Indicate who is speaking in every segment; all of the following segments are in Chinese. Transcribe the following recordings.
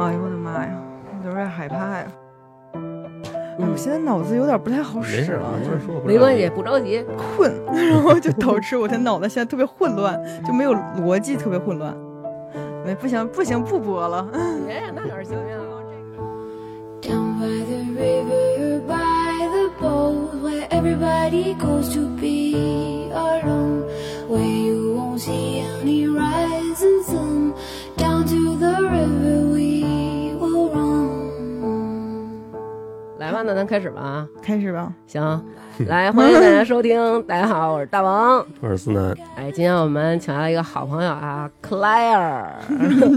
Speaker 1: 哎呦我的妈呀，有点害怕呀！哎我现在脑子有点不太好
Speaker 2: 没
Speaker 1: 使
Speaker 2: 事，
Speaker 1: 了，
Speaker 2: 没
Speaker 1: 就
Speaker 2: 事
Speaker 1: 是
Speaker 2: 啊说，
Speaker 3: 没关系，，不着急。
Speaker 1: 困， 然后就导致我的脑袋现在特别混乱，就没有逻辑，特别混乱。哎，不行不行，不播了。
Speaker 3: 哎，那哪儿行呀？
Speaker 4: Down by the river or by the boat, where everybody goes to be alone, where you won't see any rising sun. Down to the river we will run.
Speaker 3: 来吧，那咱开始吧啊！
Speaker 1: 开始吧，
Speaker 3: 行，来欢迎大家收听，大家好，我是大王。
Speaker 2: 二十四男，
Speaker 3: 哎，今天我们请来了一个好朋友啊，Claire，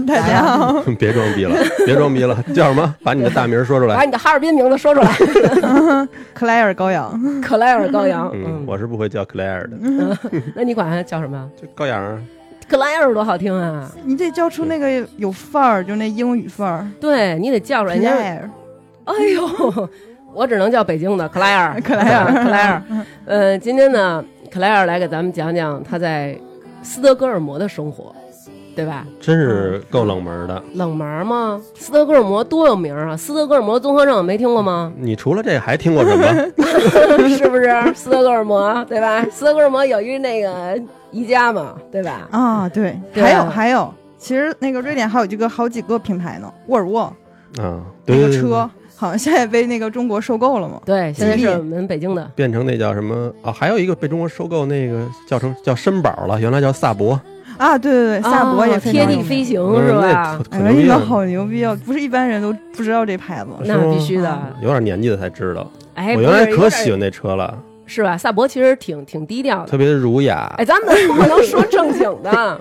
Speaker 1: 大
Speaker 2: 啊
Speaker 1: 家好，
Speaker 2: 别装逼了，别装逼了，叫什么？把你的大名说出
Speaker 3: 把
Speaker 2: 来。
Speaker 3: 你的哈尔滨名字说出来
Speaker 1: 克莱尔高阳，
Speaker 3: ，Claire 高阳。
Speaker 2: 嗯，
Speaker 3: 嗯，
Speaker 2: 我是不会叫克莱尔的，
Speaker 3: 那你管他叫什么
Speaker 2: 就高阳啊，
Speaker 3: ？Claire 多好听啊！
Speaker 1: 你得叫出那个有范儿，就那英语范儿。
Speaker 3: 对你得叫出来，人家
Speaker 1: 克
Speaker 3: 哎呦，我只能叫北京的克莱尔，
Speaker 1: 克莱尔
Speaker 3: 克莱尔。呃，今天呢，克莱尔来给咱们讲讲他在斯德哥尔摩的生活，对吧？
Speaker 2: 真是够冷门的。？
Speaker 3: 冷门吗？斯德哥尔摩多有名啊！斯德哥尔摩综合症没听过吗
Speaker 2: 你除了这还听过什么？
Speaker 3: 是不是？斯德哥尔摩对吧？斯德哥尔摩有一那个宜家嘛，对吧？
Speaker 1: 啊，对，
Speaker 3: 对
Speaker 1: 还
Speaker 3: 啊
Speaker 1: 有还有，其实那个瑞典还有这个好几个品牌呢，沃尔沃
Speaker 2: 啊，
Speaker 1: 那
Speaker 2: 对对
Speaker 1: 个
Speaker 2: 对，对
Speaker 1: 车好像现在被那个中国收购了嘛。
Speaker 3: 对，现在
Speaker 1: 吉利
Speaker 3: 是我们北京的
Speaker 2: 变成那叫什么啊？还有一个被中国收购，那个叫成叫绅宝了，原来叫萨博，
Speaker 1: 啊，对对对，萨博也
Speaker 3: 啊
Speaker 1: 非常
Speaker 3: 贴
Speaker 1: 有
Speaker 3: 地
Speaker 1: 名
Speaker 3: 飞。行
Speaker 2: 嗯
Speaker 3: 是
Speaker 2: 那
Speaker 3: 吧
Speaker 2: 可？可
Speaker 1: 哎
Speaker 2: 牛逼
Speaker 1: 那个
Speaker 2: 了，
Speaker 1: 好牛逼啊！不是一般人都不知道这牌子。
Speaker 3: 那
Speaker 2: 是吗
Speaker 3: 必须的。
Speaker 1: 嗯
Speaker 2: 有点年纪的才知道。
Speaker 3: 哎，
Speaker 2: 我原来
Speaker 3: 不是
Speaker 2: 可
Speaker 3: 有点
Speaker 2: 喜欢那车了，
Speaker 3: 是吧？萨博其实挺挺低调的，
Speaker 2: 特别儒雅
Speaker 3: 哎，。咱 们不能说正经的，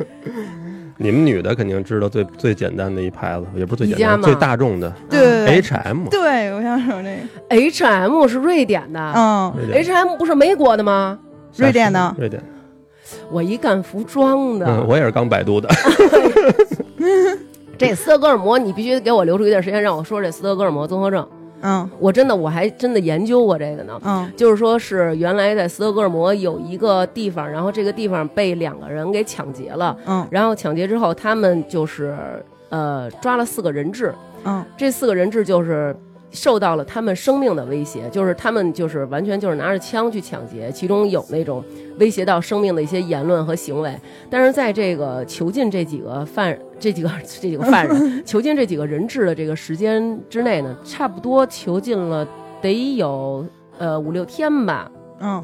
Speaker 2: 你们女的肯定知道最最简单的一牌子，也不是最简
Speaker 3: 宜家
Speaker 2: 单，
Speaker 3: 嘛
Speaker 2: 最大众的
Speaker 1: 对对对
Speaker 2: H M。
Speaker 1: 对，我想说这个，
Speaker 3: H M 是瑞典的、
Speaker 1: 嗯，
Speaker 3: h M 不是美国的吗？
Speaker 1: 瑞典的
Speaker 2: 瑞典，
Speaker 3: 我一干服装的，
Speaker 2: 嗯，我也是刚百 度的。
Speaker 3: 这斯德哥尔摩，你必须给我留出一段时间让我说这斯德哥尔摩综合症。
Speaker 1: 嗯
Speaker 3: 我真的我还真的研究过这个呢，
Speaker 1: 嗯
Speaker 3: 就是说是原来在斯德哥尔摩有一个地方，然后这个地方被两个人给抢劫了，
Speaker 1: 嗯
Speaker 3: 然后抢劫之后他们就是呃抓了四个人质，
Speaker 1: 嗯
Speaker 3: 这四个人质就是受到了他们生命的威胁，就是他们就是完全就是拿着枪去抢劫，其中有那种威胁到生命的一些言论和行为。但是在这个囚禁这几个犯这几个这几个犯人 囚禁这几个人质的这个时间之内呢，差不多囚禁了得有呃五六天吧。
Speaker 1: 嗯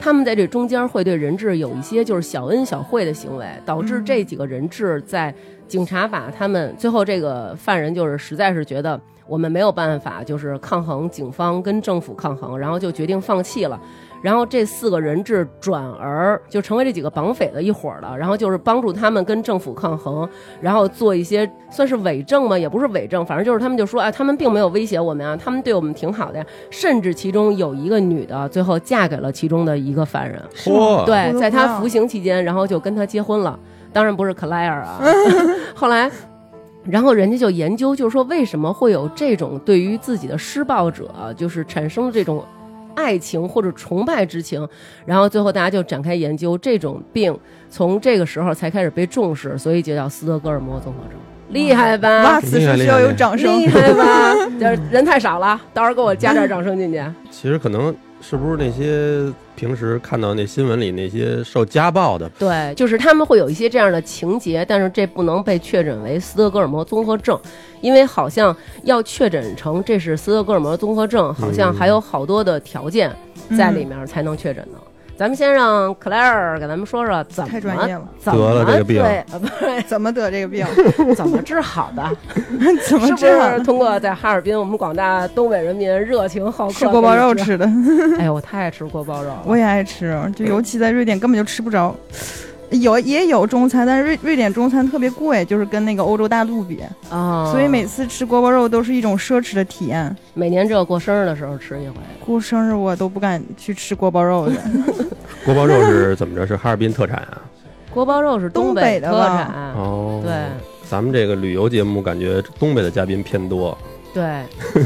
Speaker 3: 他们在这中间会对人质有一些就是小恩小惠的行为，导致
Speaker 1: 嗯
Speaker 3: 这几个人质在警察把他们最后这个犯人就是实在是觉得我们没有办法就是抗衡警方跟政府抗衡，然后就决定放弃了。然后这四个人质转而就成为这几个绑匪的一伙儿了，然后就是帮助他们跟政府抗衡，然后做一些算是伪证嘛，也不是伪证，反正就是他们就说啊，他们并没有威胁我们啊，他们对我们挺好的呀。甚至其中有一个女的最后嫁给了其中的一个犯人，
Speaker 1: 我，
Speaker 3: 对
Speaker 2: 嚯，
Speaker 1: 都
Speaker 3: 在
Speaker 1: 不知
Speaker 3: 他
Speaker 1: 道
Speaker 3: 服刑期间，然后就跟他结婚了，当然不是克莱尔 啊。 后来，然后人家就研究，就是说为什么会有这种对于自己的施暴者，就是产生这种爱情或者崇拜之情，然后最后大家就展开研究这种病，从这个时候才开始被重视，所以就叫斯德哥尔摩综合症，厉害
Speaker 1: 嗯哇，
Speaker 3: 吧？
Speaker 1: 此时需要有掌声
Speaker 3: 厉。害吧？ 就是人太少了，到时候给我加点掌声进去。
Speaker 2: 其实可能是不是那些平时看到那新闻里那些受家暴的，
Speaker 3: 对，就是他们会有一些这样的情节，但是这不能被确诊为斯德哥尔摩综合症，因为好像要确诊成这是斯德哥尔摩综合症，好
Speaker 2: 嗯
Speaker 3: 像还有好多的条件 在
Speaker 1: 嗯
Speaker 3: 里面才能确诊呢。咱们先让克莱尔给咱们说说嗯怎么
Speaker 1: 太专业了，
Speaker 3: 怎么
Speaker 2: 得了这个病
Speaker 3: 对呃不
Speaker 1: 怎么得这个 病？
Speaker 3: 是怎么治好的？
Speaker 1: 怎么
Speaker 3: 是不
Speaker 1: 这
Speaker 3: 是
Speaker 1: 样？
Speaker 3: 通过在哈尔滨我们广大东北人民热情好客
Speaker 1: 吃锅包肉
Speaker 3: 跟你？
Speaker 1: 吃的，
Speaker 3: 哎呦，我太爱吃锅包肉了。
Speaker 1: 我也爱吃，哦就尤其在瑞典根本就吃不着。有也有中餐，但是瑞瑞典中餐特别贵，就是跟那个欧洲大陆比，
Speaker 3: 啊，
Speaker 1: 所以每次吃锅包肉都是一种奢侈的体验。
Speaker 3: 每年只有过生日的时候吃一回。
Speaker 1: 过生日我都不敢去吃锅包肉去。
Speaker 2: 锅包肉 是怎么着？是哈尔滨特产啊？
Speaker 3: 锅包肉是
Speaker 1: 东
Speaker 3: 北
Speaker 1: 北
Speaker 3: 特
Speaker 1: 的吧
Speaker 3: 产，
Speaker 2: 哦，
Speaker 3: 对，
Speaker 2: 咱们这个旅游节目感觉东北的嘉宾偏多，
Speaker 3: 对，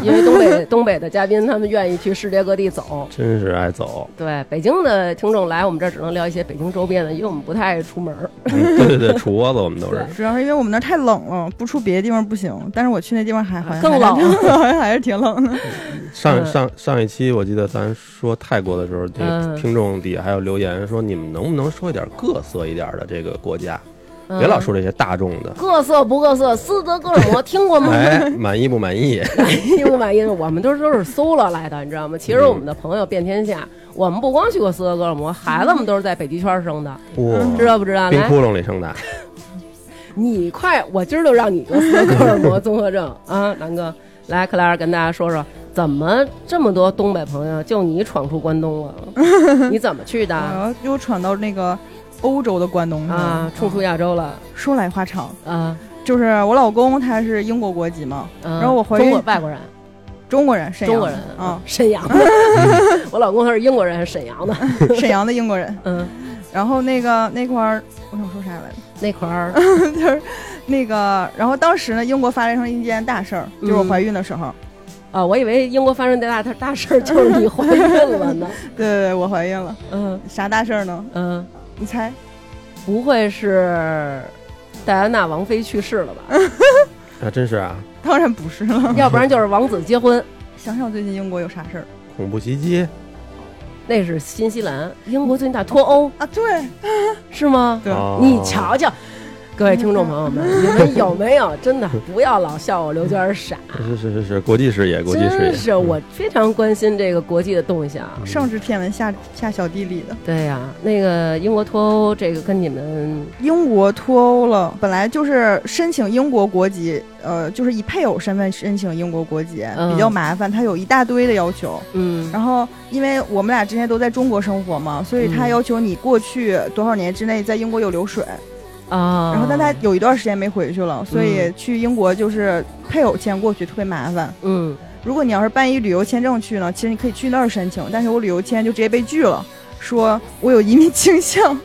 Speaker 3: 因为东 北东北的嘉宾他们愿意去世界各地走。
Speaker 2: 真是 爱走。
Speaker 3: 对，北京的听众来我们这儿只能聊一些北京周边的，因为我们不太爱出门儿。
Speaker 2: 嗯对对对，杵窝子我们都是
Speaker 3: 对。
Speaker 1: 主要是因为我们那儿太冷了，不出别的地方不行。但是我去那地方还好像
Speaker 3: 啊更 冷，
Speaker 1: 还是还是挺冷的。
Speaker 2: 上
Speaker 3: 嗯
Speaker 2: 上上一期我记得咱说泰国的时候，这
Speaker 3: 嗯
Speaker 2: 个听众底下还有留言说，你们能不能说一点各色一点的这个国家，
Speaker 3: 嗯
Speaker 2: 别老说这些大众 的。
Speaker 3: 各色不各色，斯德哥尔摩听过吗？
Speaker 2: 哎，满意不满意？
Speaker 3: 因为满意，我们都是都是搜了来的，你知道吗？其实我们的朋友遍天下，我们不光去过斯德哥尔摩，孩子们都是在北极圈生的，
Speaker 1: 嗯
Speaker 3: 知
Speaker 2: 哇，
Speaker 3: 道不知道？
Speaker 2: 冰
Speaker 3: 来，
Speaker 2: 窟窿里生的，
Speaker 3: 你快，我今儿就让你得斯德哥尔摩综合症啊，南哥，来，克莱尔跟大家说说，怎么这么多东北朋友，就你闯出关 东了？你怎么去的
Speaker 1: 然后又闯到那个欧洲的关东去了
Speaker 3: 啊？冲出亚洲了
Speaker 1: 说来话长，
Speaker 3: 啊？
Speaker 1: 就是我老公他是英国国籍嘛，
Speaker 3: 然
Speaker 1: 然后我怀
Speaker 3: 中
Speaker 1: 孕
Speaker 3: 国外国人，
Speaker 1: 中国人，沈阳
Speaker 3: 中国人
Speaker 1: 啊，
Speaker 3: 沈阳的，我老公他是英国人，沈阳的，
Speaker 1: 沈阳的英国人。
Speaker 3: 嗯，
Speaker 1: 然后那个那块儿，我想说啥来着？
Speaker 3: 那块儿，
Speaker 1: 就是那个，然后当时呢，英国发生了一件大事儿，就是
Speaker 3: 嗯
Speaker 1: 我怀孕的时候。
Speaker 3: 啊，我以为英国发生最大大大事儿就是你怀孕 了呢。
Speaker 1: 对对对，我怀孕了，
Speaker 3: 嗯
Speaker 1: 啥大事儿呢？
Speaker 3: 嗯，
Speaker 1: 你猜？
Speaker 3: 不会是戴安娜王妃去世了 吧？
Speaker 2: 啊，真是啊，
Speaker 1: 当然不是了。
Speaker 3: 要不然就是王子结婚，
Speaker 1: 想想最近英国有啥事儿
Speaker 2: 恐怖袭击，
Speaker 3: 那是新西兰。英国最近大脱欧
Speaker 1: 啊？对
Speaker 3: 是吗？
Speaker 1: 对，
Speaker 2: 哦
Speaker 3: 你瞧瞧，各位听众朋友们，你们有没有真 的不要老笑我刘娟儿傻？
Speaker 2: 是是是是，国际视野，国际视野，嗯
Speaker 3: 真是
Speaker 1: 嗯
Speaker 3: 我非常关心这个国际的动向。
Speaker 1: 上知天文下下小地理的。
Speaker 3: 对呀、那个英国脱欧这个跟你们
Speaker 1: 英国脱欧了，本来就是申请英国国籍，呃，就是以配偶身份申请英国国籍、
Speaker 3: 嗯
Speaker 1: 比较麻烦，它有一大堆的要求。
Speaker 3: 嗯
Speaker 1: 然后，因为我们俩之前都在中国生活嘛，所以他
Speaker 3: 嗯
Speaker 1: 要求你过去多少年之内在英国有流水。
Speaker 3: 啊，
Speaker 1: 然后，但他有一段时间没回去了，所以去英国就是配偶签过去特别麻烦。
Speaker 3: 嗯
Speaker 1: 如果你要是办一旅游签证去呢，其实你可以去那儿申请，但是我旅游签就直接被拒了，说我有移民倾向，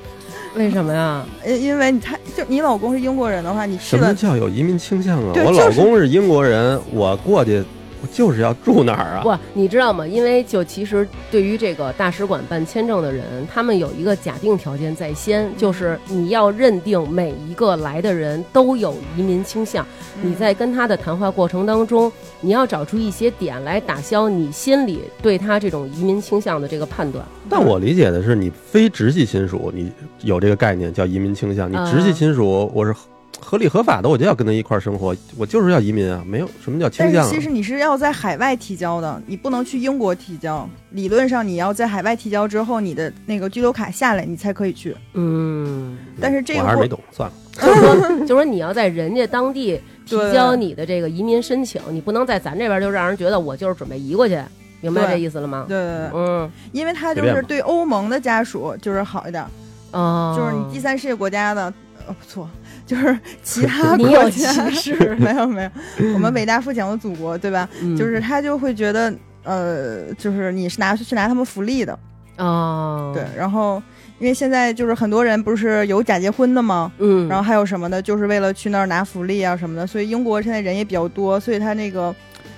Speaker 3: 为什么呀？
Speaker 1: 呃因因为你太就你老公是英国人的话，你去
Speaker 2: 什
Speaker 1: 了
Speaker 2: 么叫有移民倾向啊？
Speaker 1: 对
Speaker 2: 我
Speaker 1: 就
Speaker 2: 老
Speaker 1: 是
Speaker 2: 公是英国人，我过去我就是要住那儿啊。
Speaker 3: 不，你知道吗？因为就其实对于这个大使馆办签证的人，他们有一个假定条件在先，就是你要认定每一个来的人都有移民倾向。你在跟他的谈话过程当中，你要找出一些点来打消你心里对他这种移民倾向的这个判断。
Speaker 2: 但我理解的是，你非直系亲属，你有这个概念叫移民倾向。你
Speaker 3: 啊
Speaker 1: 嗯
Speaker 2: 直系亲属，我是合合理合法的，我就要跟他一块儿生活，我就是要移民啊，没有什么叫倾
Speaker 1: 但
Speaker 2: 向
Speaker 1: 是
Speaker 2: 啊。
Speaker 1: 其实你是要在海外提交的，你不能去英国提交。理论上你要在海外提交之后，你的那个居留卡下来，你才可以去。
Speaker 3: 嗯，
Speaker 1: 但是这
Speaker 2: 我
Speaker 1: 个
Speaker 2: 还是
Speaker 1: 过
Speaker 2: 没懂，算了。
Speaker 3: 就是说， 就说你要在人家当地提
Speaker 1: 对
Speaker 3: 交你的这个移民申请，你不能在咱这边就让人觉得我就是准备移过去，明白
Speaker 1: 对
Speaker 3: 这意思了吗
Speaker 1: 对？对对，
Speaker 3: 嗯，
Speaker 1: 因为他就
Speaker 2: 随
Speaker 1: 是
Speaker 2: 便吧
Speaker 1: 对欧盟的家属就是好一点，
Speaker 3: 哦，
Speaker 1: 就是你第三世界国家的，呃，不错，就是其他
Speaker 3: 你
Speaker 1: 国
Speaker 3: 有歧
Speaker 1: 家。，
Speaker 3: 视
Speaker 1: 没有没有，我们伟大富强的祖国，对吧？
Speaker 3: 嗯
Speaker 1: 就是他就会觉得，呃，就是你是拿去拿他们福利的，
Speaker 3: 哦，
Speaker 1: 对。然后，因为现在就是很多人不是有假结婚的吗？
Speaker 3: 嗯，
Speaker 1: 然后还有什么的，就是为了去那儿拿福利啊什么的，所以英国现在人也比较多，所以他那个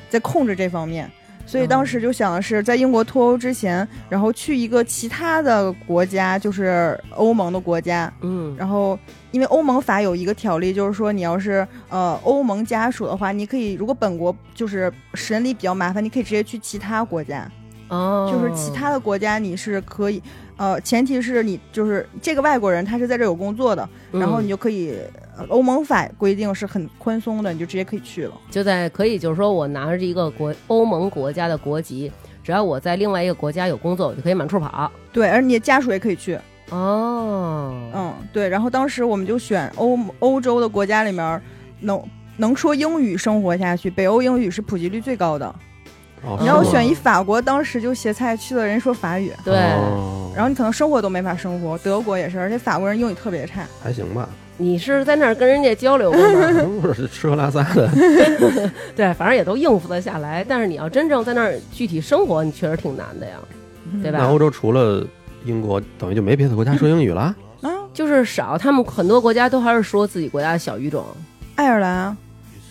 Speaker 1: 在控制这方面。所以当时
Speaker 3: 嗯
Speaker 1: 就想的是，在英国脱欧之前，然后去一个其他的国家，就是欧盟的国家。
Speaker 3: 嗯，
Speaker 1: 然后，因为欧盟法有一个条例，就是说你要是呃欧盟家属的话，你可以如果本国就是审理比较麻烦，你可以直接去其他国家。
Speaker 3: 哦，
Speaker 1: 就是其他的国家你是可以，呃，前提是你就是这个外国人他是在这儿有工作的，
Speaker 3: 嗯，
Speaker 1: 然后你就可以，呃欧盟法规定是很宽松的，你就直接可以去了。
Speaker 3: 就在可以就是说我拿着一个国欧盟国家的国籍，只要我在另外一个国家有工作，我就可以满处跑。
Speaker 1: 对，而你的家属也可以去，
Speaker 3: 哦，
Speaker 1: 嗯，对。然后当时我们就选欧欧洲的国家里面儿能能说英语生活下去，北欧英语是普及率最高的。
Speaker 2: 哦
Speaker 1: 你
Speaker 2: 是
Speaker 1: 要
Speaker 2: 吗
Speaker 1: 选一法国，当时就斜菜去了，人说法语，
Speaker 3: 对，
Speaker 2: 哦
Speaker 1: 然后你可能生活都没法生活。德国也是，而且法国人英语特别差。
Speaker 2: 还行 吧，
Speaker 3: 你是在那儿跟人家交流过吗？
Speaker 2: 都是吃喝拉撒的。
Speaker 3: 对，反正也都应付得下来。但是你要真正在那儿具体生活，你确实挺难的呀，
Speaker 1: 嗯
Speaker 3: 对
Speaker 2: 那
Speaker 3: 吧？
Speaker 2: 欧洲除了英国，等于就没别的国家说英语了。
Speaker 3: 嗯
Speaker 1: 啊，
Speaker 3: 就是少，他们很多国家都还是说自己国家的小语种。嗯
Speaker 1: 爱尔兰啊，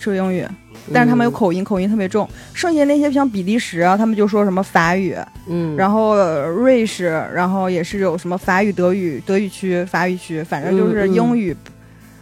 Speaker 1: 说英语，
Speaker 2: 嗯
Speaker 1: 但是他们有口音，口音特别重。剩下那些像比利时啊，他们就说什么法语，
Speaker 3: 嗯，
Speaker 1: 然后呃瑞士，然后也是有什么法语、德语、德语区、法语区，反正就是
Speaker 3: 嗯嗯
Speaker 1: 英语。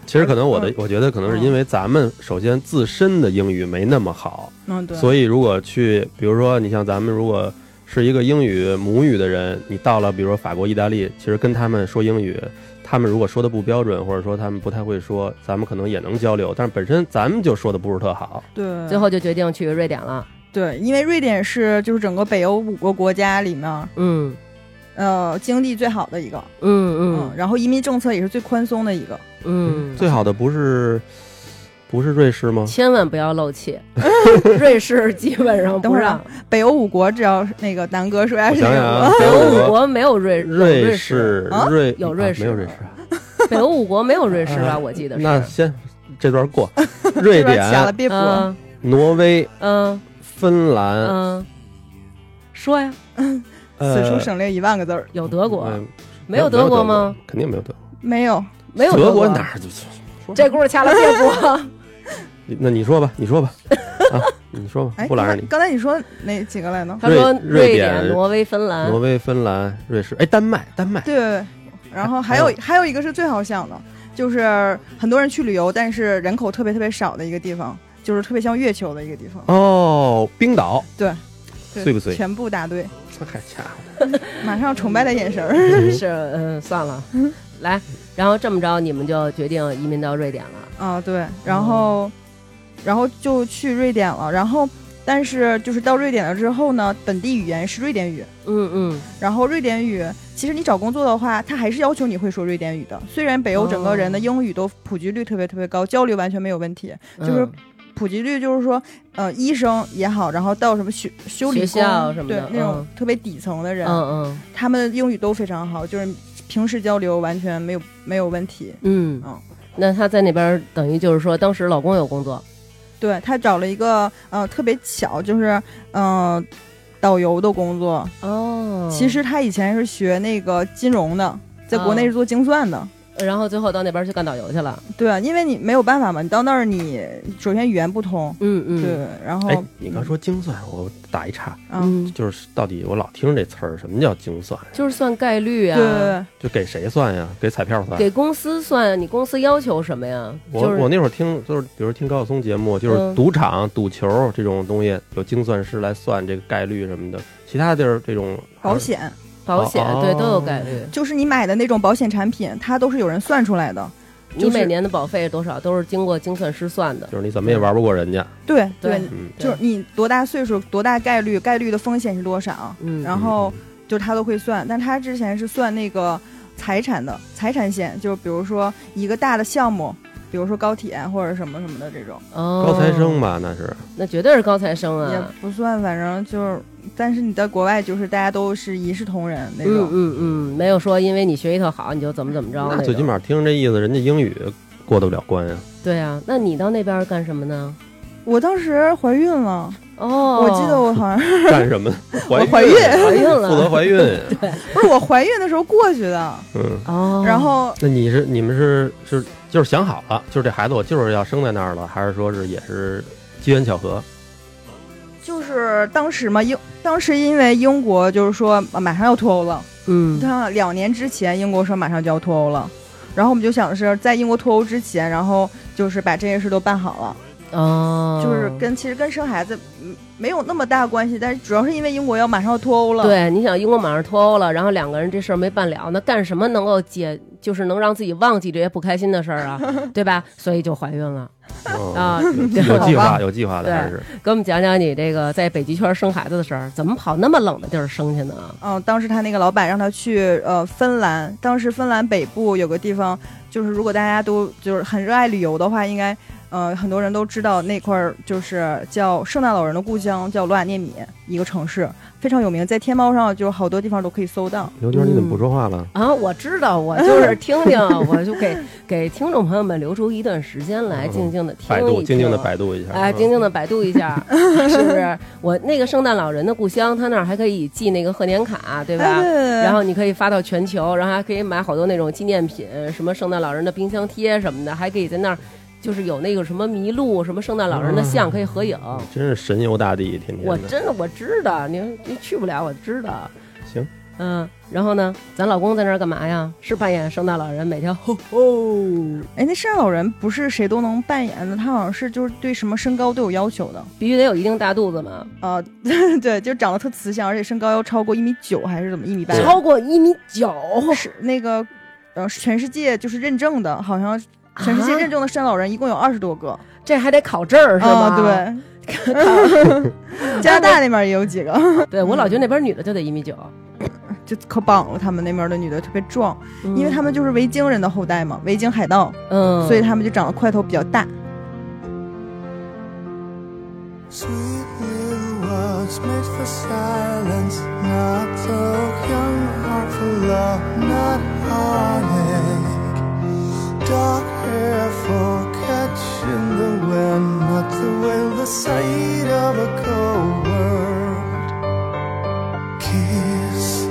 Speaker 2: 其实可能我
Speaker 3: 嗯
Speaker 2: 的，我觉得可能是因为咱们首先自身的英语没那么好，
Speaker 1: 嗯，对，
Speaker 2: 所以如果去，比如说你像咱们如果是一个英语母语的人，你到了比如说法国、意大利，其实跟他们说英语，他们如果说的不标准，或者说他们不太会说，咱们可能也能交流，但是本身咱们就说的不是特好。
Speaker 1: 对，
Speaker 3: 最后就决定去瑞典了。
Speaker 1: 对，因为瑞典是就是整个北欧五个国家里面，
Speaker 3: 嗯
Speaker 1: 呃，经济最好的一个，
Speaker 3: 嗯
Speaker 1: 然后移民政策也是最宽松的一个。
Speaker 3: 嗯嗯，
Speaker 2: 最好的不是不是瑞士吗？
Speaker 3: 千万不要漏气。 瑞士基本上
Speaker 1: 等
Speaker 3: 不
Speaker 1: 会儿
Speaker 3: 让
Speaker 1: 啊，北欧五国，只要是那个南哥说要
Speaker 2: 我
Speaker 1: 是
Speaker 2: 想想啊，
Speaker 3: 北
Speaker 2: 德
Speaker 3: 欧五
Speaker 2: 国、
Speaker 3: 国没有瑞
Speaker 2: 瑞
Speaker 3: 士，哦
Speaker 2: 士
Speaker 1: 啊、
Speaker 2: 瑞
Speaker 3: 有
Speaker 2: 啊
Speaker 3: 瑞士
Speaker 2: 没有瑞士啊？
Speaker 3: 北欧五国没有瑞士吧？
Speaker 2: 啊
Speaker 3: 我记得是。
Speaker 2: 那先这段 过，瑞
Speaker 1: 这边掐了
Speaker 2: 典、
Speaker 1: 别播。
Speaker 3: 嗯
Speaker 2: 挪威、
Speaker 3: 嗯
Speaker 2: 芬兰，
Speaker 3: 嗯，说呀，
Speaker 1: 此处
Speaker 2: 呃
Speaker 1: 省略一万个字儿，
Speaker 3: 有德国，
Speaker 2: 嗯
Speaker 3: 没有德国吗？？
Speaker 2: 肯定没有德国，
Speaker 1: 没有。
Speaker 3: 没有
Speaker 2: 德
Speaker 3: 国
Speaker 2: 哪？儿？
Speaker 3: 这故事掐了别播。
Speaker 2: 那你说吧，你说吧，啊，你说吧
Speaker 1: 哎，，
Speaker 2: 不
Speaker 1: 刚
Speaker 2: 拦着
Speaker 1: 才
Speaker 2: 你。
Speaker 1: 刚才你说哪几个来呢？
Speaker 3: 他说
Speaker 2: 瑞
Speaker 3: 瑞
Speaker 2: 瑞
Speaker 3: 典、
Speaker 2: 典
Speaker 3: 挪威、芬兰
Speaker 2: 挪，威、芬兰、瑞士，哎，丹麦，丹麦，
Speaker 1: 对对对。然后还有
Speaker 2: 还有
Speaker 1: 还有一个是最好想的，就是很多人去旅游，但是人口特别特别少的一个地方，就是特别像月球的一个地方。
Speaker 2: 哦，冰岛，
Speaker 1: 对
Speaker 2: 碎不碎
Speaker 1: 全部答对，
Speaker 2: 太家伙，
Speaker 1: 马上崇拜的眼神儿。
Speaker 3: 是嗯，算了，来，然后这么着，你们就决定移民到瑞典了。
Speaker 1: 啊，对，然后，
Speaker 2: 哦
Speaker 1: 然后就去瑞典了。然后，但是就是到瑞典了之后呢，本地语言是瑞典语。
Speaker 3: 嗯嗯，
Speaker 1: 然后瑞典语，其实你找工作的话，他还是要求你会说瑞典语的。虽然北欧整个人的
Speaker 3: 哦
Speaker 1: 英语都普及率特别特别高，交流完全没有问题。
Speaker 3: 嗯
Speaker 1: 就是普及率就是说，呃，医生也好，然后到什么学修理工
Speaker 3: 学校什么
Speaker 1: 对
Speaker 3: 的
Speaker 1: 那种
Speaker 3: 嗯
Speaker 1: 特别底层的人，
Speaker 3: 嗯
Speaker 1: 他们英语都非常好，就是平时交流完全没有没有问题。
Speaker 3: 嗯嗯
Speaker 1: 嗯，
Speaker 3: 那他在那边等于就是说，当时老公有工作，
Speaker 1: 对他找了一个呃特别巧，就是嗯、呃导游的工作。
Speaker 3: 哦
Speaker 1: 其实他以前是学那个金融的，在国
Speaker 3: 嗯
Speaker 1: 内是做精算的。
Speaker 3: 然后最后到那边去干导游去了。
Speaker 1: 对，因为你没有办法嘛，你到那儿你首先语言不通，
Speaker 3: 嗯嗯，
Speaker 1: 对，然后
Speaker 2: 哎，你刚说精算，我打一岔，
Speaker 1: 啊，
Speaker 3: 嗯，
Speaker 2: 就是到底我老听这词儿，什么叫精算？
Speaker 3: 就是算概率
Speaker 1: 对
Speaker 3: 啊，
Speaker 1: 对对，
Speaker 2: 就给谁算呀？给彩票算？
Speaker 3: 给公司算，你公司要求什么呀？
Speaker 2: 我
Speaker 3: 就是
Speaker 2: 我那会儿听就是，比如听高晓松节目，就是
Speaker 3: 嗯
Speaker 2: 赌场、赌球这种东西有精算师来算这个概率什么的，其他地儿这种
Speaker 1: 保险
Speaker 3: 保险
Speaker 2: 哦
Speaker 3: 对都有概率，
Speaker 1: 就是你买的那种保险产品，它都是有人算出来的。就是
Speaker 3: 你每年的保费多少都是经过精算师算的。
Speaker 2: 就是你怎么也玩不过人家，
Speaker 1: 对
Speaker 3: 对
Speaker 2: 嗯，
Speaker 1: 就是你多大岁数，多大概率，概率的风险是多少，
Speaker 3: 嗯，
Speaker 1: 然后就是他都会算。但他之前是算那个财产的财产险，就是比如说一个大的项目，比如说高铁或者什么什么的这种，
Speaker 3: 哦
Speaker 2: 嗯高材生吧，那是
Speaker 3: 那绝对是高材生
Speaker 1: 也
Speaker 3: 啊。
Speaker 1: 不算，反正就是。但是你在国外就是大家都是一视同仁那
Speaker 3: 嗯
Speaker 1: 种，
Speaker 3: 嗯嗯，没有说因为你学习特好你就怎么怎么着
Speaker 2: 那
Speaker 3: 那
Speaker 2: 最起
Speaker 3: 种。
Speaker 2: 码听这意思，人家英语过得不了关呀。
Speaker 3: 对啊，那你到那边干什么呢？
Speaker 1: 我当时怀孕了，
Speaker 3: 哦，
Speaker 1: 我记得我好像
Speaker 2: 干 什么？怀
Speaker 1: 怀孕
Speaker 3: 怀孕了
Speaker 2: 负责怀孕。
Speaker 1: 不是我怀孕的时候过去的，
Speaker 2: 嗯，
Speaker 3: 哦，
Speaker 1: 然后
Speaker 2: 那你是你们是是就是想好了，就是这孩子我就是要生在那儿了，还是说是也是机缘巧合？
Speaker 1: 就是当时嘛，英当时因为英国就是说呃马上要脱欧了，
Speaker 3: 嗯
Speaker 1: 他两年之前英国说马上就要脱欧了，然后我们就想是在英国脱欧之前，然后就是把这些事都办好了，
Speaker 3: 哦，
Speaker 1: 就是跟其实跟生孩子嗯没有那么大关系，但是主要是因为英国要马上要脱欧了，，
Speaker 3: 对，你想英国马上脱欧了，然后两个人这事儿没办了，那干什么能够解，就是能让自己忘记这些不开心的事儿 啊，对吧？所以就怀孕了
Speaker 2: 嗯
Speaker 3: 啊。
Speaker 2: 有有计划，有计划的
Speaker 3: 对
Speaker 2: 还是
Speaker 3: 给我们讲讲你这个在北极圈生孩子的事儿，怎么跑那么冷的地儿生去呢？
Speaker 1: 嗯，当时他那个老板让他去呃芬兰，当时芬兰北部有个地方，就是如果大家都就是很热爱旅游的话，应该呃很多人都知道那块儿就是叫圣诞老人的故乡，叫罗瓦涅米一个城市，非常有名，在天猫上就是好多地方都可以搜到。
Speaker 2: 刘娟，你怎么不说话了？
Speaker 3: 啊，我知道，我就是听 听，我就给给听众朋友们留出一段时间来，
Speaker 2: 嗯
Speaker 3: 静静的听一听，
Speaker 2: 百度，静静的百度一下。
Speaker 3: 哎，
Speaker 2: 嗯
Speaker 3: 静静的百度一下，是不是？我那个圣诞老人的故乡，他那儿还可以寄那个贺年卡，对吧？
Speaker 1: 哎对对对
Speaker 3: 然后你可以发到全球，然后还可以买好多那种纪念品，什么圣诞老人的冰箱贴什么的，还可以在那儿就是有那个什么麋鹿、什么圣诞老人的像可以合影。
Speaker 2: 真是神游大地，天
Speaker 3: 我
Speaker 2: 天的。
Speaker 3: 真的我知道，你你去不了，我知道。
Speaker 2: 行，
Speaker 3: 嗯，然后呢，咱老公在那儿干嘛呀？是扮演圣诞老人，每天吼吼。
Speaker 1: 哎，那圣诞老人不是谁都能扮演的，他好像是就是对什么身高都有要求的。
Speaker 3: 必须得有一定大肚子嘛，
Speaker 1: 啊，对，就长得特慈祥，而且身高要超过一米九还是怎么一米八？
Speaker 2: 对
Speaker 3: 超过一米九，
Speaker 1: 是那个呃，全世界就是认证的，好像全世界
Speaker 3: 啊
Speaker 1: 认证的圣诞老人一共有二十多个，
Speaker 3: 这还得考证儿是吗？
Speaker 1: 啊对。加拿大那边也有几个，
Speaker 3: 对，我老觉得那边女的就得一米九，
Speaker 1: 就可棒了。他们那边的女的特别壮，因为他们就是是维京人的后代嘛，维京海盗，
Speaker 3: 嗯，
Speaker 1: 所以他们就长得块头比较大。
Speaker 5: Sweet little words made for silence, not the young heart for love, not heartache. Dark hair for catching the wind, not the wind, the sight of a cold world. Kiss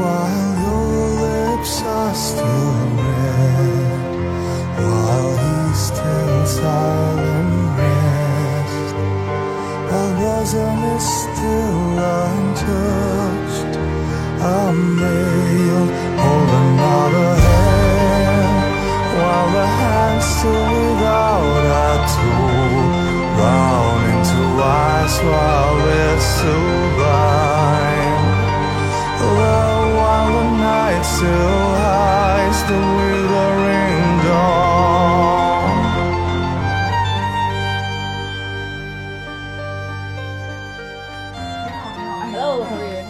Speaker 5: while your lips are still red, while he's still silent rest. I wasn't still untouched. I mailed hold another hand while the hand still without a tool round into ice while we're still blind. Love while the night still hides the withering dawn.
Speaker 3: Hello，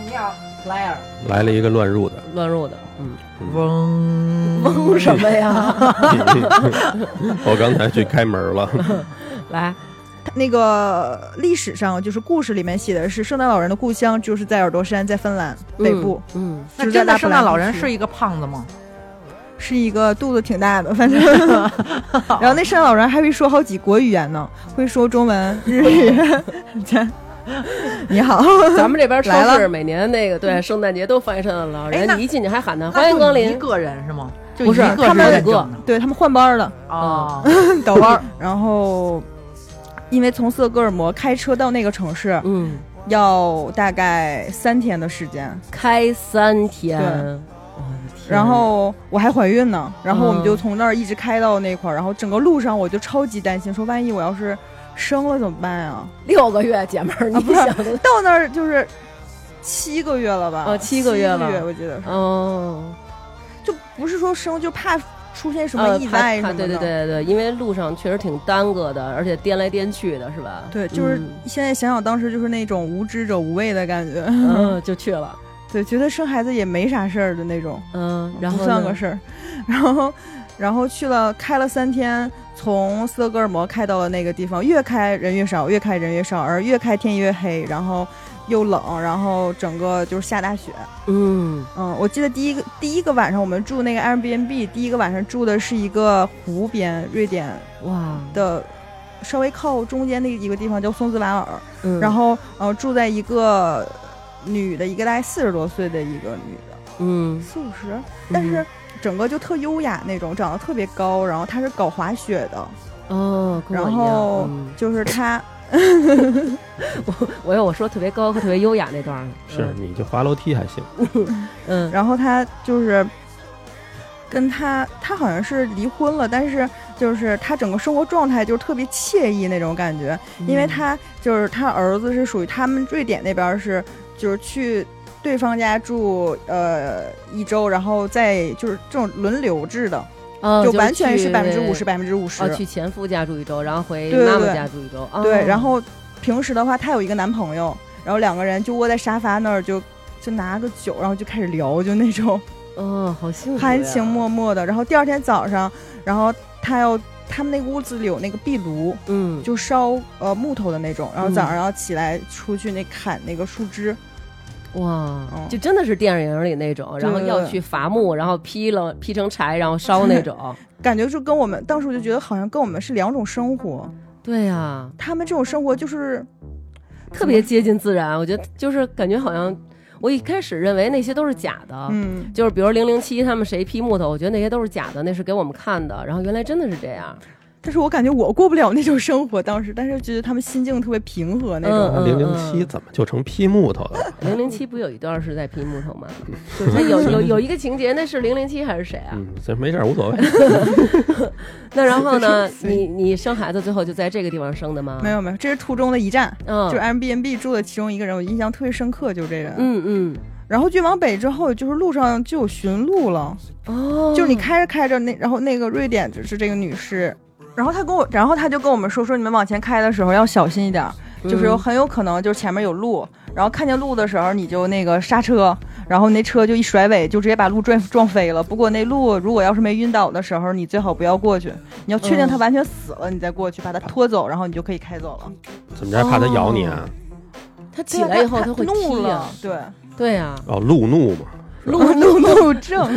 Speaker 3: 你好，莱尔，
Speaker 2: 来了一个乱 入的，
Speaker 3: 乱入的，嗯，
Speaker 5: 嗡
Speaker 3: 嗡什么呀？
Speaker 2: 我刚才去开门了。
Speaker 3: 来，
Speaker 1: 那个历史上就是故事里面写的是圣诞老人的故乡就是在耳朵山，在芬兰北部，
Speaker 3: 嗯，
Speaker 1: 就
Speaker 3: 嗯，
Speaker 6: 那
Speaker 1: 是在
Speaker 6: 真的
Speaker 1: 拉普
Speaker 6: 圣
Speaker 1: 兰
Speaker 6: 诞老人
Speaker 1: 地区
Speaker 6: 是一个胖子吗？
Speaker 1: 是一个肚子挺大 的，反正。然后那圣诞老人还会说好几国语言呢，会说中文、日语。咱你好，
Speaker 3: 咱们这边超
Speaker 1: 来了嗯
Speaker 3: 市每年那个对圣诞节都放一圣诞老
Speaker 6: 哎那
Speaker 3: 人，你一进去还喊他
Speaker 6: 那
Speaker 3: 欢迎
Speaker 6: 就
Speaker 3: 光
Speaker 6: 你一
Speaker 3: 临，
Speaker 6: 个人是吗？就
Speaker 3: 不是
Speaker 6: 一个
Speaker 3: 他
Speaker 6: 人
Speaker 3: 们
Speaker 6: 认
Speaker 3: 几个
Speaker 6: 证的
Speaker 1: 对他们换班了，
Speaker 6: 哦，
Speaker 1: 倒班儿。然后，因为从瑟哥尔摩开车到那个城市
Speaker 3: 嗯，
Speaker 1: 要大概三天的时间，
Speaker 3: 开三天，
Speaker 1: 对
Speaker 3: 我的天
Speaker 1: 然后我还怀孕呢，
Speaker 3: 嗯
Speaker 1: 然后我们就从那儿一直开到那块儿，然后整个路上我就超级担心，说万一我要是生了怎么办呀？
Speaker 3: 六个月，姐们儿，
Speaker 1: 啊
Speaker 3: 你
Speaker 1: 不是
Speaker 3: 想的，
Speaker 1: 到那儿就是七个月了吧？
Speaker 3: 哦七个月了
Speaker 1: 七我记得是，
Speaker 3: 哦，
Speaker 1: 就不是说生，就怕出现什么
Speaker 3: 呃
Speaker 1: 意
Speaker 3: 怕
Speaker 1: 外什
Speaker 3: 怕
Speaker 1: 么的。
Speaker 3: 对对对对，因为路上确实挺耽搁的，而且颠来颠去的，是吧？
Speaker 1: 对就是
Speaker 3: 嗯
Speaker 1: 现在想想当时就是那种无知者无畏的感觉，
Speaker 3: 嗯，就去了，
Speaker 1: 对，觉得生孩子也没啥事儿的那种，
Speaker 3: 嗯，然后
Speaker 1: 不算
Speaker 3: 呢
Speaker 1: 个事儿。 然后，然后去了，开了三天，从斯德哥尔摩开到了那个地方，越开人越少，越开人越少，而越开天越黑，然后又冷，然后整个就是下大雪。
Speaker 3: 嗯，
Speaker 1: 嗯，我记得第一个第一个晚上我们住那个 Airbnb，第一个晚上住的是一个湖边，瑞典
Speaker 3: 哇，
Speaker 1: 的稍微靠中间的一个地方叫松兹瓦尔，
Speaker 3: 嗯
Speaker 1: 然后呃住在一个女的，一个大概四十多岁的一个女的，
Speaker 3: 嗯，
Speaker 1: 四五十，但是整个就特优雅那种，长得特别高，然后她是搞滑雪的，
Speaker 3: 哦，跟
Speaker 1: 然
Speaker 3: 我一样
Speaker 1: 后
Speaker 3: 嗯
Speaker 1: 就是她。
Speaker 3: 我有我说特别高和特别优雅那段儿呢，
Speaker 2: 是，你就滑楼梯还行。
Speaker 3: 嗯，嗯，
Speaker 1: 然后他就是跟他，他好像是离婚了，但是就是他整个生活状态就是特别惬意那种感觉，
Speaker 3: 嗯
Speaker 1: 因为他就是他儿子是属于他们瑞典那边儿是就是去。对方家住呃一周，然后再就是这种轮流制的，
Speaker 3: 哦
Speaker 1: 就是完全是
Speaker 3: 去
Speaker 1: 百分之五十，百分之五十
Speaker 3: 哦，。去前夫家住一周，然后回
Speaker 1: 对对
Speaker 3: 妈妈
Speaker 1: 对
Speaker 3: 家住一周，哦
Speaker 1: 对，然后平时的话，她有一个男朋友，然后两个人就窝在沙发那儿就就拿个酒，然后就开始聊，就那种。
Speaker 3: 哦，好幸福呀，
Speaker 1: 含情脉脉的。然后第二天早上，然后他要他们那个屋子里有那个壁炉，
Speaker 3: 嗯，
Speaker 1: 就烧呃木头的那种。然后早上
Speaker 3: 嗯
Speaker 1: 要起来出去那砍那个树枝，
Speaker 3: 哇
Speaker 1: 嗯，
Speaker 3: 就真的是电影里那种，
Speaker 1: 对
Speaker 3: 然后
Speaker 1: 对
Speaker 3: 要
Speaker 1: 对
Speaker 3: 去伐木，然后劈了劈成柴，然 后烧那种。
Speaker 1: 感觉就跟我们当时我就觉得好像跟我们是两种生活。
Speaker 3: 对呀，
Speaker 1: 他们这种生活就是
Speaker 3: 特别接近自然。我觉得就是感觉好像我一开始认为那些都是假的，
Speaker 1: 嗯，
Speaker 3: 就是比如零零七他们谁劈木头，我觉得那些都是假的，那是给我们看的。然后原来真的是这样，
Speaker 1: 但是我感觉我过不了那种生活，当时，但是觉得他们心境特别平和那种。
Speaker 3: 嗯
Speaker 2: 零零七怎么就成劈木头了？
Speaker 3: 零零七不有一段是在劈木头吗？就是他有 有有一个情节，那是零零七还是谁啊？
Speaker 2: 嗯，这没事儿无所谓。
Speaker 3: 那然后 呢？你你生孩子最后就在这个地方生的吗？
Speaker 1: 没有没有，这是途中的一站，
Speaker 3: 嗯，
Speaker 1: 就是 Airbnb 住的其中一个人，我印象特别深刻，就是这人。
Speaker 3: 嗯
Speaker 1: 然后越往北之后，就是路上就有寻路了，
Speaker 3: 嗯，哦，
Speaker 1: 就是你开着开着那，然后那个瑞典就是这个女士，然后她跟我，然后她就跟我们说说你们往前开的时候要小心一点儿，就是有
Speaker 3: 嗯
Speaker 1: 很有可能就是前面有路，然后看见路的时候你就那个刹车，然后那车就一甩尾，就直接把路撞撞飞了。不过那路如果要是没晕倒的时候，你最好不要过去，你要确定它
Speaker 3: 嗯
Speaker 1: 完全死了，你再过去把它拖走，然后你就可以开走了。
Speaker 2: 怎么着还怕它咬你啊？
Speaker 3: 他起来以后
Speaker 1: 它
Speaker 3: 他会
Speaker 1: 怒
Speaker 3: 踢
Speaker 1: 了
Speaker 3: 啊，，
Speaker 1: 对，
Speaker 3: 对啊，
Speaker 2: 哦，路怒嘛，
Speaker 1: 路怒怒症。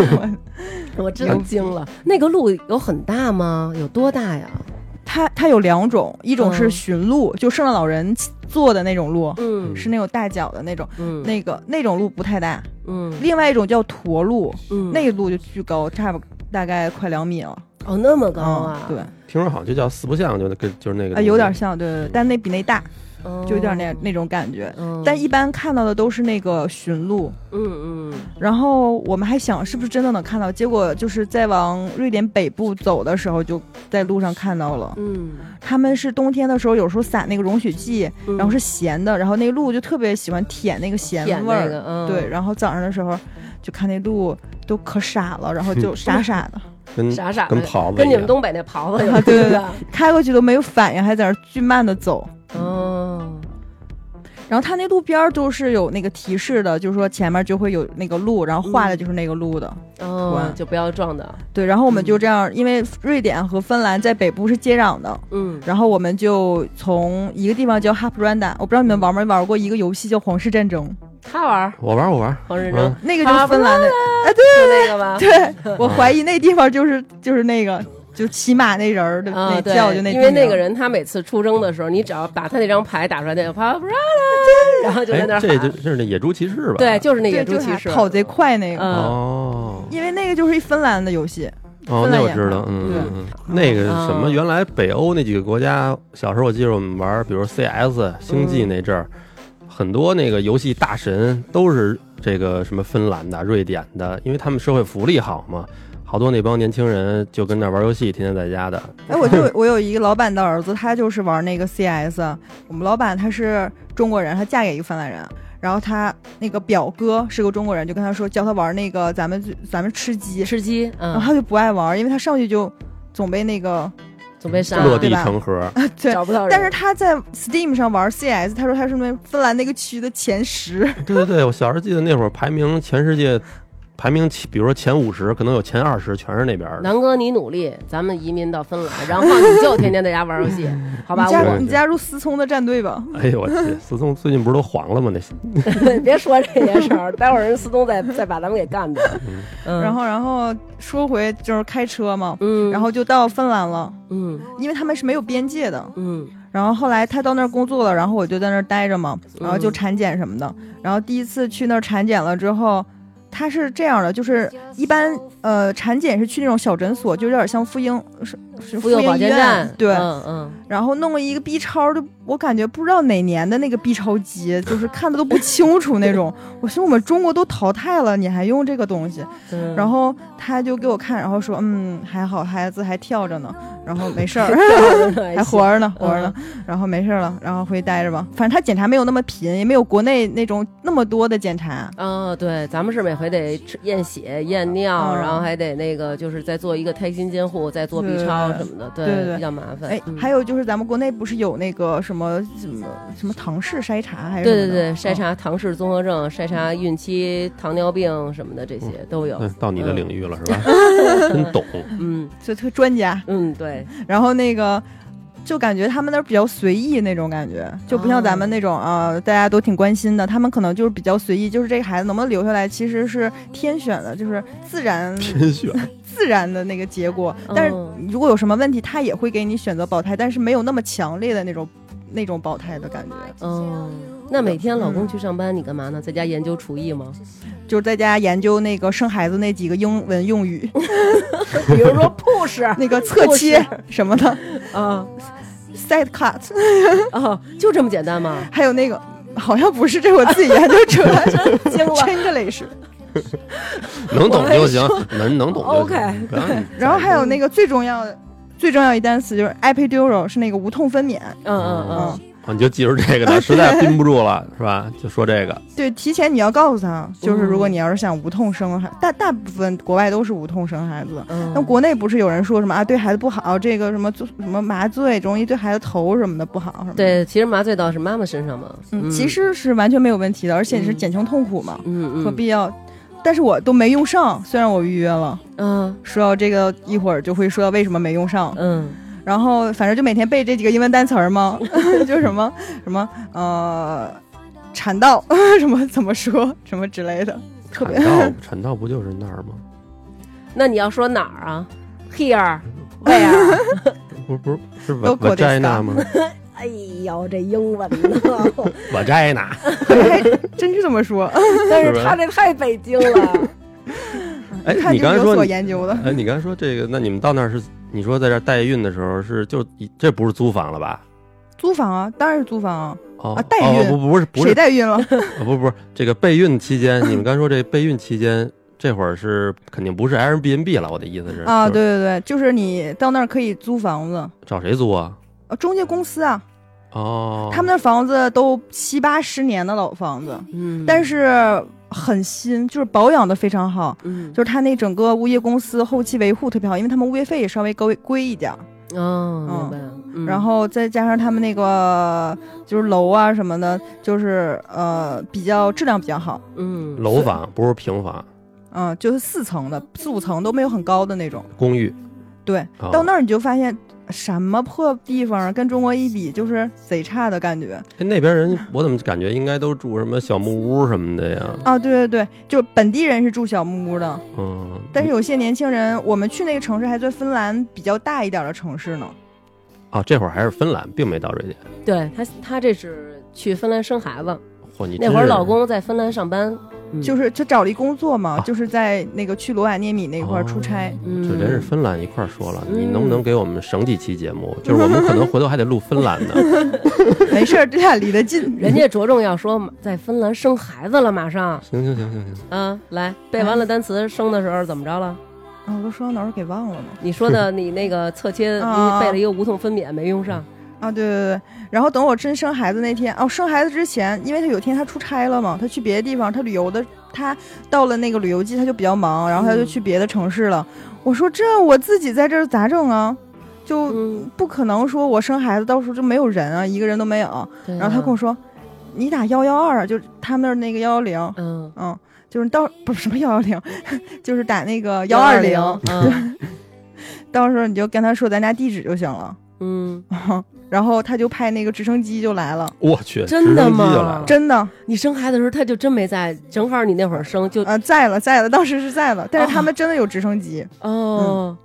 Speaker 3: 我真惊了。那个路有很大吗？有多大呀？
Speaker 1: 它它有两种，一种是
Speaker 3: 嗯
Speaker 1: 寻路，就圣诞老人坐的那种路，
Speaker 3: 嗯
Speaker 1: 是那种大脚的那种，
Speaker 3: 嗯
Speaker 1: 那个那种路不太大。
Speaker 3: 嗯
Speaker 1: 另外一种叫驼路，
Speaker 3: 嗯
Speaker 1: 那一路就巨高，差不大概快两米了。
Speaker 3: 哦那么高啊
Speaker 1: 嗯，对，
Speaker 2: 听说好像就叫四不像，就那个就是那个
Speaker 3: 哎
Speaker 1: 啊，有点像，对对对，但那比那大，
Speaker 3: 哦
Speaker 1: 就有点那那种感觉。
Speaker 3: 嗯
Speaker 1: 但一般看到的都是那个驯鹿，
Speaker 3: 嗯嗯
Speaker 1: 然后我们还想是不是真的能看到，结果就是在往瑞典北部走的时候，就在路上看到了。
Speaker 3: 嗯，
Speaker 1: 他们是冬天的时候，有时候撒那个溶血剂，然后是咸的，然后那鹿就特别喜欢舔那个咸
Speaker 3: 舔
Speaker 1: 味儿。
Speaker 3: 那个，嗯
Speaker 1: 对，，然后早上的时候就看那鹿都可傻了，然后 就傻傻的
Speaker 2: 跟
Speaker 3: 傻傻的
Speaker 2: 跟袍子
Speaker 3: 跟
Speaker 2: 一
Speaker 3: 你们
Speaker 2: 样。
Speaker 3: 东北那袍子有
Speaker 1: 对对对
Speaker 3: 吧？
Speaker 1: 开过去都没有反应，还在那儿巨慢的走。
Speaker 3: 哦，
Speaker 1: 然后它那路边儿就是有那个提示的，就是说前面就会有那个路，然后画的就是那个路的。
Speaker 3: 哦
Speaker 1: 完，
Speaker 3: 就不要撞的，
Speaker 1: 对，然后我们就这样，因为瑞典和芬兰在北部是接壤的，
Speaker 3: 嗯，
Speaker 1: 然后我们就从一个地方叫哈普兰达，我不知道你们玩没玩过一个游戏叫皇室战争，
Speaker 3: 他玩儿
Speaker 2: 我玩儿我玩儿，
Speaker 3: 黄仁
Speaker 2: 嗯
Speaker 3: 征，
Speaker 1: 那个就是芬兰的，哎，对
Speaker 3: 就那个吧。
Speaker 1: 对，我怀疑那地方就是就是那个就骑马那人儿的
Speaker 3: 啊，
Speaker 1: 那
Speaker 3: 对
Speaker 1: 叫就，那地
Speaker 3: 因
Speaker 1: 名，
Speaker 3: 为那个人他每次出征的时候，你只要把他那张牌打出来，那个啪啪啪啦，然后就在
Speaker 2: 哎
Speaker 3: 那儿，
Speaker 2: 这
Speaker 3: 喊
Speaker 2: 就这是那野猪骑士吧？
Speaker 3: 对，就是那
Speaker 1: 对
Speaker 3: 野
Speaker 1: 就
Speaker 3: 猪
Speaker 1: 是
Speaker 3: 骑
Speaker 1: 他
Speaker 3: 士，
Speaker 1: 跑贼快那个，
Speaker 3: 嗯，
Speaker 2: 哦
Speaker 1: 因为那个就是一芬兰的游戏，
Speaker 2: 哦，
Speaker 1: 芬
Speaker 2: 那
Speaker 1: 兰
Speaker 2: 我
Speaker 1: 也
Speaker 2: 知
Speaker 1: 是
Speaker 2: 道，嗯
Speaker 1: 对
Speaker 2: 嗯，嗯那个是什么？
Speaker 3: 嗯
Speaker 2: 原来北欧那几个国家，小时候我记得我们玩儿，比如
Speaker 1: 嗯
Speaker 2: CS、星际那阵儿，很多那个游戏大神都是这个什么芬兰的、瑞典的，因为他们社会福利好嘛，好多那帮年轻人就跟那儿玩游戏，天天在家的。
Speaker 1: 哎，我
Speaker 3: 嗯
Speaker 1: 就我有一个老板的儿子，他就是玩那个 CS。我们老板他是中国人，他嫁给一个芬兰人，然后他那个表哥是个中国人，就跟他说教他玩那个咱们最咱们吃鸡，
Speaker 3: 吃鸡，
Speaker 1: 然后
Speaker 3: 嗯，
Speaker 1: 他就不爱玩，因为他上去就总被那个
Speaker 3: 总被杀，
Speaker 2: 落
Speaker 1: 对
Speaker 2: 地
Speaker 1: 吧
Speaker 2: 成盒，
Speaker 1: 啊对。
Speaker 3: 找不到人。
Speaker 1: 但是他在 Steam 上玩 CS，他说他是那芬兰那个区的前十，
Speaker 2: 对对对，我小时候记得那会儿排名全世界，排名起比如说前五十，可能有前二十全是那边儿的。
Speaker 3: 南哥，你努力，咱们移民到芬兰，然后你就天天在家玩游戏，好吧？
Speaker 1: 你加
Speaker 2: 我
Speaker 1: 入你加入思聪的战队吧。
Speaker 2: 哎呦我去，思聪最近不是都黄了 吗？那
Speaker 3: 我别说这件事儿，待会儿人思东再再把咱们给干掉。嗯，
Speaker 1: 然后然后说回就是开车嘛，
Speaker 3: 嗯，
Speaker 1: 然后就到芬兰了，
Speaker 3: 嗯
Speaker 1: 因为他们是没有边界的。
Speaker 3: 嗯
Speaker 1: 然后后来他到那儿工作了，然后我就在那儿待着嘛，然后就
Speaker 3: 嗯
Speaker 1: 产检什么的。然后第一次去那儿产检了之后，他是这样的，就是一般呃产检是去那种小诊所，就有点像妇婴是是
Speaker 3: 妇幼保
Speaker 1: 医
Speaker 3: 健
Speaker 1: 院
Speaker 3: 站，
Speaker 1: 对。
Speaker 3: 嗯嗯，
Speaker 1: 然后弄了一个 B 超，就我感觉不知道哪年的那个 B 超 机，就是看的都不清楚那种。我说我们中国都淘汰了，你还用这个东西？
Speaker 3: 嗯
Speaker 1: 然后他就给我看，然后说嗯还好，孩子还跳着呢，然后没 事儿。 还活着呢，
Speaker 3: 嗯
Speaker 1: 活着呢，然后没事了，然后回去待着吧。反正他检查没有那么频，也没有国内那种那么多的检查。
Speaker 3: 哦，对，咱们是每回得吃验血、验尿，
Speaker 1: 嗯
Speaker 3: 然后还得那个，就是再做一个胎心监护，再做 B
Speaker 1: 对
Speaker 3: 超什么的，对
Speaker 1: 对对对
Speaker 3: 比较麻烦。
Speaker 1: 哎，
Speaker 3: 嗯
Speaker 1: 还有就是咱们国内不是有那个什么什么什么唐氏筛查还是
Speaker 3: 对
Speaker 1: 什
Speaker 3: 对
Speaker 1: 么
Speaker 3: 对，
Speaker 1: 的哦
Speaker 3: 筛查唐氏综合症、筛查孕期糖尿病什么的，这些都有。
Speaker 2: 嗯，到你的
Speaker 3: 嗯
Speaker 2: 领域了是 吧？真懂，
Speaker 3: 嗯
Speaker 1: 嗯所以特专家。
Speaker 3: 嗯，对，
Speaker 1: 然后那个就感觉他们那儿比较随意那种感觉，就不像咱
Speaker 3: 哦
Speaker 1: 们那种啊、大家都挺关心的。他们可能就是比较随意，就是这个孩子能不能留下来，其实是天选的，就是自然
Speaker 2: 真选。
Speaker 1: 自然的那个结果。但是
Speaker 3: 嗯
Speaker 1: 如果有什么问题，他也会给你选择保胎，但是没有那么强烈的那种那种保胎的感觉，
Speaker 3: 哦，那每天老公去上班，你干嘛呢？在家研究厨艺吗？
Speaker 1: 就是在家研究那个生孩子那几个英文用语，
Speaker 3: 比如说 push，
Speaker 1: 那个侧切什么的，
Speaker 3: 啊
Speaker 1: side cut，
Speaker 3: 啊，就这么简单吗？
Speaker 1: 还有那个好像不是，这我自己研究出来的
Speaker 3: 惊了
Speaker 1: English。
Speaker 2: 能懂就行，能能懂就
Speaker 3: OK，
Speaker 2: 行。不要你
Speaker 1: 然后还有那个最重要的。最重要一单词就是 epidural，是那个无痛分娩。
Speaker 3: 嗯嗯
Speaker 1: 哦
Speaker 3: 嗯，
Speaker 2: 啊，你就记住这个的，实在憋不住了是吧？就说这个，
Speaker 1: 对，提前你要告诉他，就是如果
Speaker 3: 嗯
Speaker 1: 你要是想无痛生孩，大大部分国外都是无痛生孩子。
Speaker 3: 嗯
Speaker 1: 那国内不是有人说什么啊，对孩子不好，这个什么做什么麻醉容易对孩子头什么的不好什么的。，
Speaker 3: 对，其实麻醉到是妈妈身上嘛。
Speaker 1: 嗯，其实是完全没有问题的，而且你是减轻痛苦嘛，
Speaker 3: 嗯嗯，
Speaker 1: 何必要？但是我都没用上，虽然我预约了，
Speaker 3: 嗯
Speaker 1: 说到这个一会儿就会说到为什么没用上，
Speaker 3: 嗯
Speaker 1: 然后反正就每天背这几个英文单词儿 嘛，就什么什么呃，产道 什么怎么说什么之类的，特
Speaker 2: 产
Speaker 1: 别
Speaker 2: 道产道不就是那儿吗？
Speaker 3: 那你要说哪儿啊？Here。Where？
Speaker 7: 啊
Speaker 2: 不是不是是
Speaker 1: 都
Speaker 2: 瓦
Speaker 1: 过
Speaker 2: 瓦
Speaker 1: 得
Speaker 2: 摘娜吗？
Speaker 3: 哎呦，这英文 呢？
Speaker 2: 瓦摘娜，
Speaker 1: 还哎真是这么说，
Speaker 3: 但
Speaker 2: 是他
Speaker 3: 这太北京 了。
Speaker 2: 哎，
Speaker 1: 看
Speaker 2: 你
Speaker 1: 就
Speaker 2: 刚
Speaker 1: 是
Speaker 2: 才
Speaker 1: 有所
Speaker 2: 说你，
Speaker 1: 研究的。
Speaker 2: 哎，你刚才说这个，那你们到那儿是你说在这儿代孕的时候是就一这不是租房了吧？
Speaker 1: 租房啊，当然是租房啊，
Speaker 2: 哦
Speaker 1: 啊代孕
Speaker 2: 哦不不不是不
Speaker 1: 谁
Speaker 2: 是
Speaker 1: 代孕 了？
Speaker 2: 啊不是不是这个备孕期间，你们刚才说这备孕期间这会儿是肯定不是 Airbnb 了，我的意思是
Speaker 1: 啊，，
Speaker 2: 就是
Speaker 1: 对对对，就是你到那儿可以租房子，
Speaker 2: 找谁租啊？
Speaker 1: 呃，中介公司啊，
Speaker 2: 哦，
Speaker 1: 他们那房子都七八十年的老房子，
Speaker 3: 嗯，
Speaker 1: 但是很新，就是保养的非常好。
Speaker 3: 嗯
Speaker 1: 就是他那整个物业公司后期维护特别好，因为他们物业费也稍微高贵一点儿，
Speaker 3: 哦，明白了。嗯
Speaker 1: 然后再加上他们那个就是楼啊什么的，就是呃比较质量比较好，
Speaker 3: 嗯，
Speaker 2: 楼房不是平房，
Speaker 1: 嗯、就是四层的四五层都没有很高的那种。
Speaker 2: 公寓。
Speaker 1: 对，
Speaker 2: 哦
Speaker 1: 到那儿你就发现什么破地方啊，跟中国一比就是贼差的感觉
Speaker 2: 哎那边人我怎么感觉应该都住什么小木屋什么的呀？
Speaker 1: 啊！对对对，就是本地人是住小木屋的，
Speaker 2: 嗯，
Speaker 1: 但是有些年轻人，我们去那个城市还在芬兰比较大一点的城市呢。
Speaker 2: 啊，这会儿还是芬兰，并没到瑞典。
Speaker 3: 对他，他这是去芬兰生孩子，
Speaker 2: 嚯，你
Speaker 3: 那
Speaker 2: 真
Speaker 3: 会儿
Speaker 2: 是
Speaker 3: 老公在芬兰上班，嗯
Speaker 1: 就是就找了一工作嘛，
Speaker 2: 啊
Speaker 1: 就是在那个去罗瓦涅米那块儿出差。
Speaker 3: 嗯
Speaker 2: 这哦真是芬兰一块儿说了，你能不能给我们省几期节目？
Speaker 3: 嗯
Speaker 2: 就是我们可能回头还得录芬 兰的，
Speaker 1: 没事儿，这俩离得近。
Speaker 3: 哦人家着重要说在芬兰生孩子了，马上
Speaker 2: 行行行行行，
Speaker 3: 啊，来背完了单词，生的时候怎么着了？
Speaker 1: 啊，我都说到哪儿给忘了呢？
Speaker 3: 你说的你那个侧切，
Speaker 1: 啊
Speaker 3: 你背了一个无痛分娩没用上，
Speaker 1: 啊，对对对。然后等我真生孩子那天，哦，生孩子之前，因为他有天他出差了嘛，他去别的地方，他旅游的，他到了那个旅游季他就比较忙，然后他就
Speaker 3: 嗯
Speaker 1: 去别的城市了。我说这我自己在这儿咋整啊？就
Speaker 3: 嗯，
Speaker 1: 不可能说我生孩子到时候就没有人啊，一个人都没有。
Speaker 3: 对啊
Speaker 1: 然后他跟我说，你打幺幺二啊，就他们那儿那个幺幺零，
Speaker 3: 嗯
Speaker 1: 嗯，就是到不是什么幺幺零， 就是打那个幺二零，
Speaker 3: 120嗯
Speaker 1: 到时候你就跟他说咱家地址就行了。
Speaker 3: 嗯，
Speaker 1: 然后他就派那个直升机就来了，
Speaker 2: 我去，
Speaker 3: 真的吗
Speaker 2: 直升机就来了
Speaker 1: 真的，
Speaker 3: 你生孩子的时候他就真没在，正好你那会儿生就
Speaker 1: 呃，在了，在了，当时是在了，但是他们真的有直升机，
Speaker 3: 哦，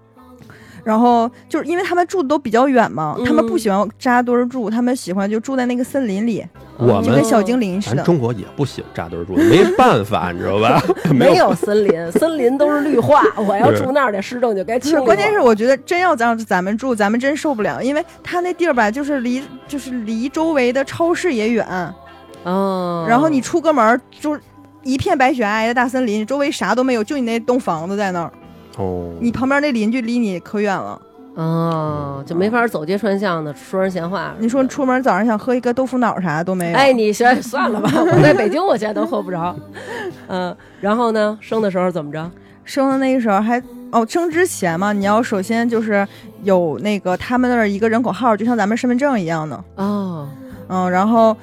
Speaker 1: 然后就是因为他们住的都比较远嘛，
Speaker 3: 嗯
Speaker 1: 他们不喜欢扎堆儿住，他们喜欢就住在那个森林里，
Speaker 2: 我
Speaker 1: 就
Speaker 2: 们
Speaker 1: 跟小精灵似
Speaker 2: 咱
Speaker 1: 的。
Speaker 2: 中国也不喜欢扎堆儿住，没办法，你知道吧？
Speaker 3: 没
Speaker 2: 有，
Speaker 3: 有森林，森林都是绿 化。我要
Speaker 2: 对
Speaker 3: 住那儿，那市政就该
Speaker 1: 不
Speaker 3: 清理
Speaker 1: 是，
Speaker 3: 我。
Speaker 1: 关键是我觉得真要让咱们住，咱们真受不了，因为他那地儿吧，就是离就是离周围的超市也远，
Speaker 3: 哦，
Speaker 1: 然后你出个门儿就是一片白雪皑皑的大森林，周围啥都没有，就你那栋房子在那儿，
Speaker 2: 哦，
Speaker 1: 你旁边那邻居离你可远了。
Speaker 3: 哦，就没法走街串巷的说人闲话。
Speaker 1: 你说出门早上想喝一个豆腐脑啥都没有，
Speaker 3: 哎，，你 先算了吧，我在北京，我现在都喝不 着。嗯、然后呢，生的时候怎么着？
Speaker 1: 生的那个时候还哦，生之前嘛，你要首先就是有那个他们那儿一个人口号，就像咱们身份证一样的，
Speaker 3: 哦，
Speaker 1: 嗯，然后。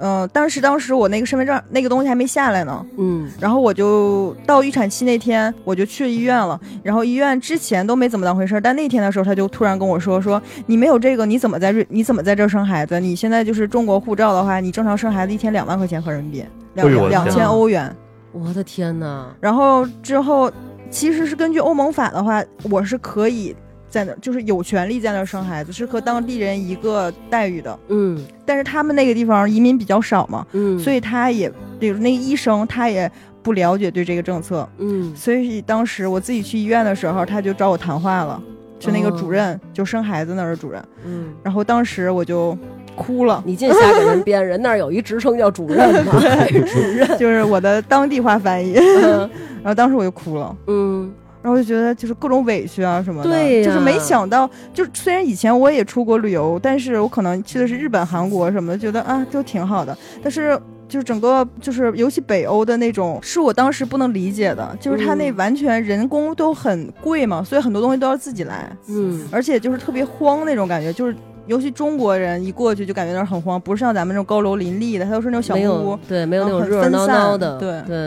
Speaker 1: 嗯，当时当时我那个身份证那个东西还没下来呢，
Speaker 3: 嗯，
Speaker 1: 然后我就到预产期那天我就去医院了，然后医院之前都没怎么当回事儿，但那天的时候他就突然跟我说说你没有这个你怎么在这你怎么在这儿生孩子？你现在就是中国护照的话，你正常生孩子一天两万块钱合人民币，两
Speaker 2: 哎呦我的
Speaker 1: 两
Speaker 3: 天
Speaker 1: 千
Speaker 3: 啊
Speaker 1: 欧元，
Speaker 3: 我的天哪，
Speaker 1: 然后之后其实是根据欧盟法的话，我是可以在那儿，就是有权利在那儿生孩子，是和当地人一个待遇的。
Speaker 3: 嗯
Speaker 1: 但是他们那个地方移民比较少嘛，
Speaker 3: 嗯，
Speaker 1: 所以他也，比如那个医生他也不了解对这个政策，
Speaker 3: 嗯
Speaker 1: 所以当时我自己去医院的时候，他就找我谈话了。是那个
Speaker 3: 哦
Speaker 1: 主任，就生孩子那儿的主任。
Speaker 3: 嗯，
Speaker 1: 然后当时我就哭了，
Speaker 3: 你尽瞎给人编，人那儿有一职称叫主任 嘛，主任，
Speaker 1: 就是我的当地话翻译。
Speaker 3: 嗯
Speaker 1: 然后当时我就哭了，
Speaker 3: 嗯，
Speaker 1: 然后就觉得就是各种委屈啊什么的，
Speaker 3: 对呀
Speaker 1: 就是没想到，就是虽然以前我也出国旅游，但是我可能去的是日本、韩国什么的，觉得啊都挺好的，但是。就是整个，就是尤其北欧的那种，是我当时不能理解的，就是它那
Speaker 3: 嗯
Speaker 1: 完全人工都很贵嘛，所以很多东西都要自己来，
Speaker 3: 嗯，
Speaker 1: 而且就是特别荒那种感觉，就是尤其中国人一过去就感觉那儿很荒，不是像咱们这种高楼林立的，它都是那种小
Speaker 3: 没
Speaker 1: 木屋
Speaker 3: 有，对，没有那
Speaker 1: 然
Speaker 3: 种
Speaker 1: 后
Speaker 3: 热热
Speaker 1: 很
Speaker 3: 闹
Speaker 1: 分散
Speaker 3: 闹的，
Speaker 1: 对
Speaker 3: 对，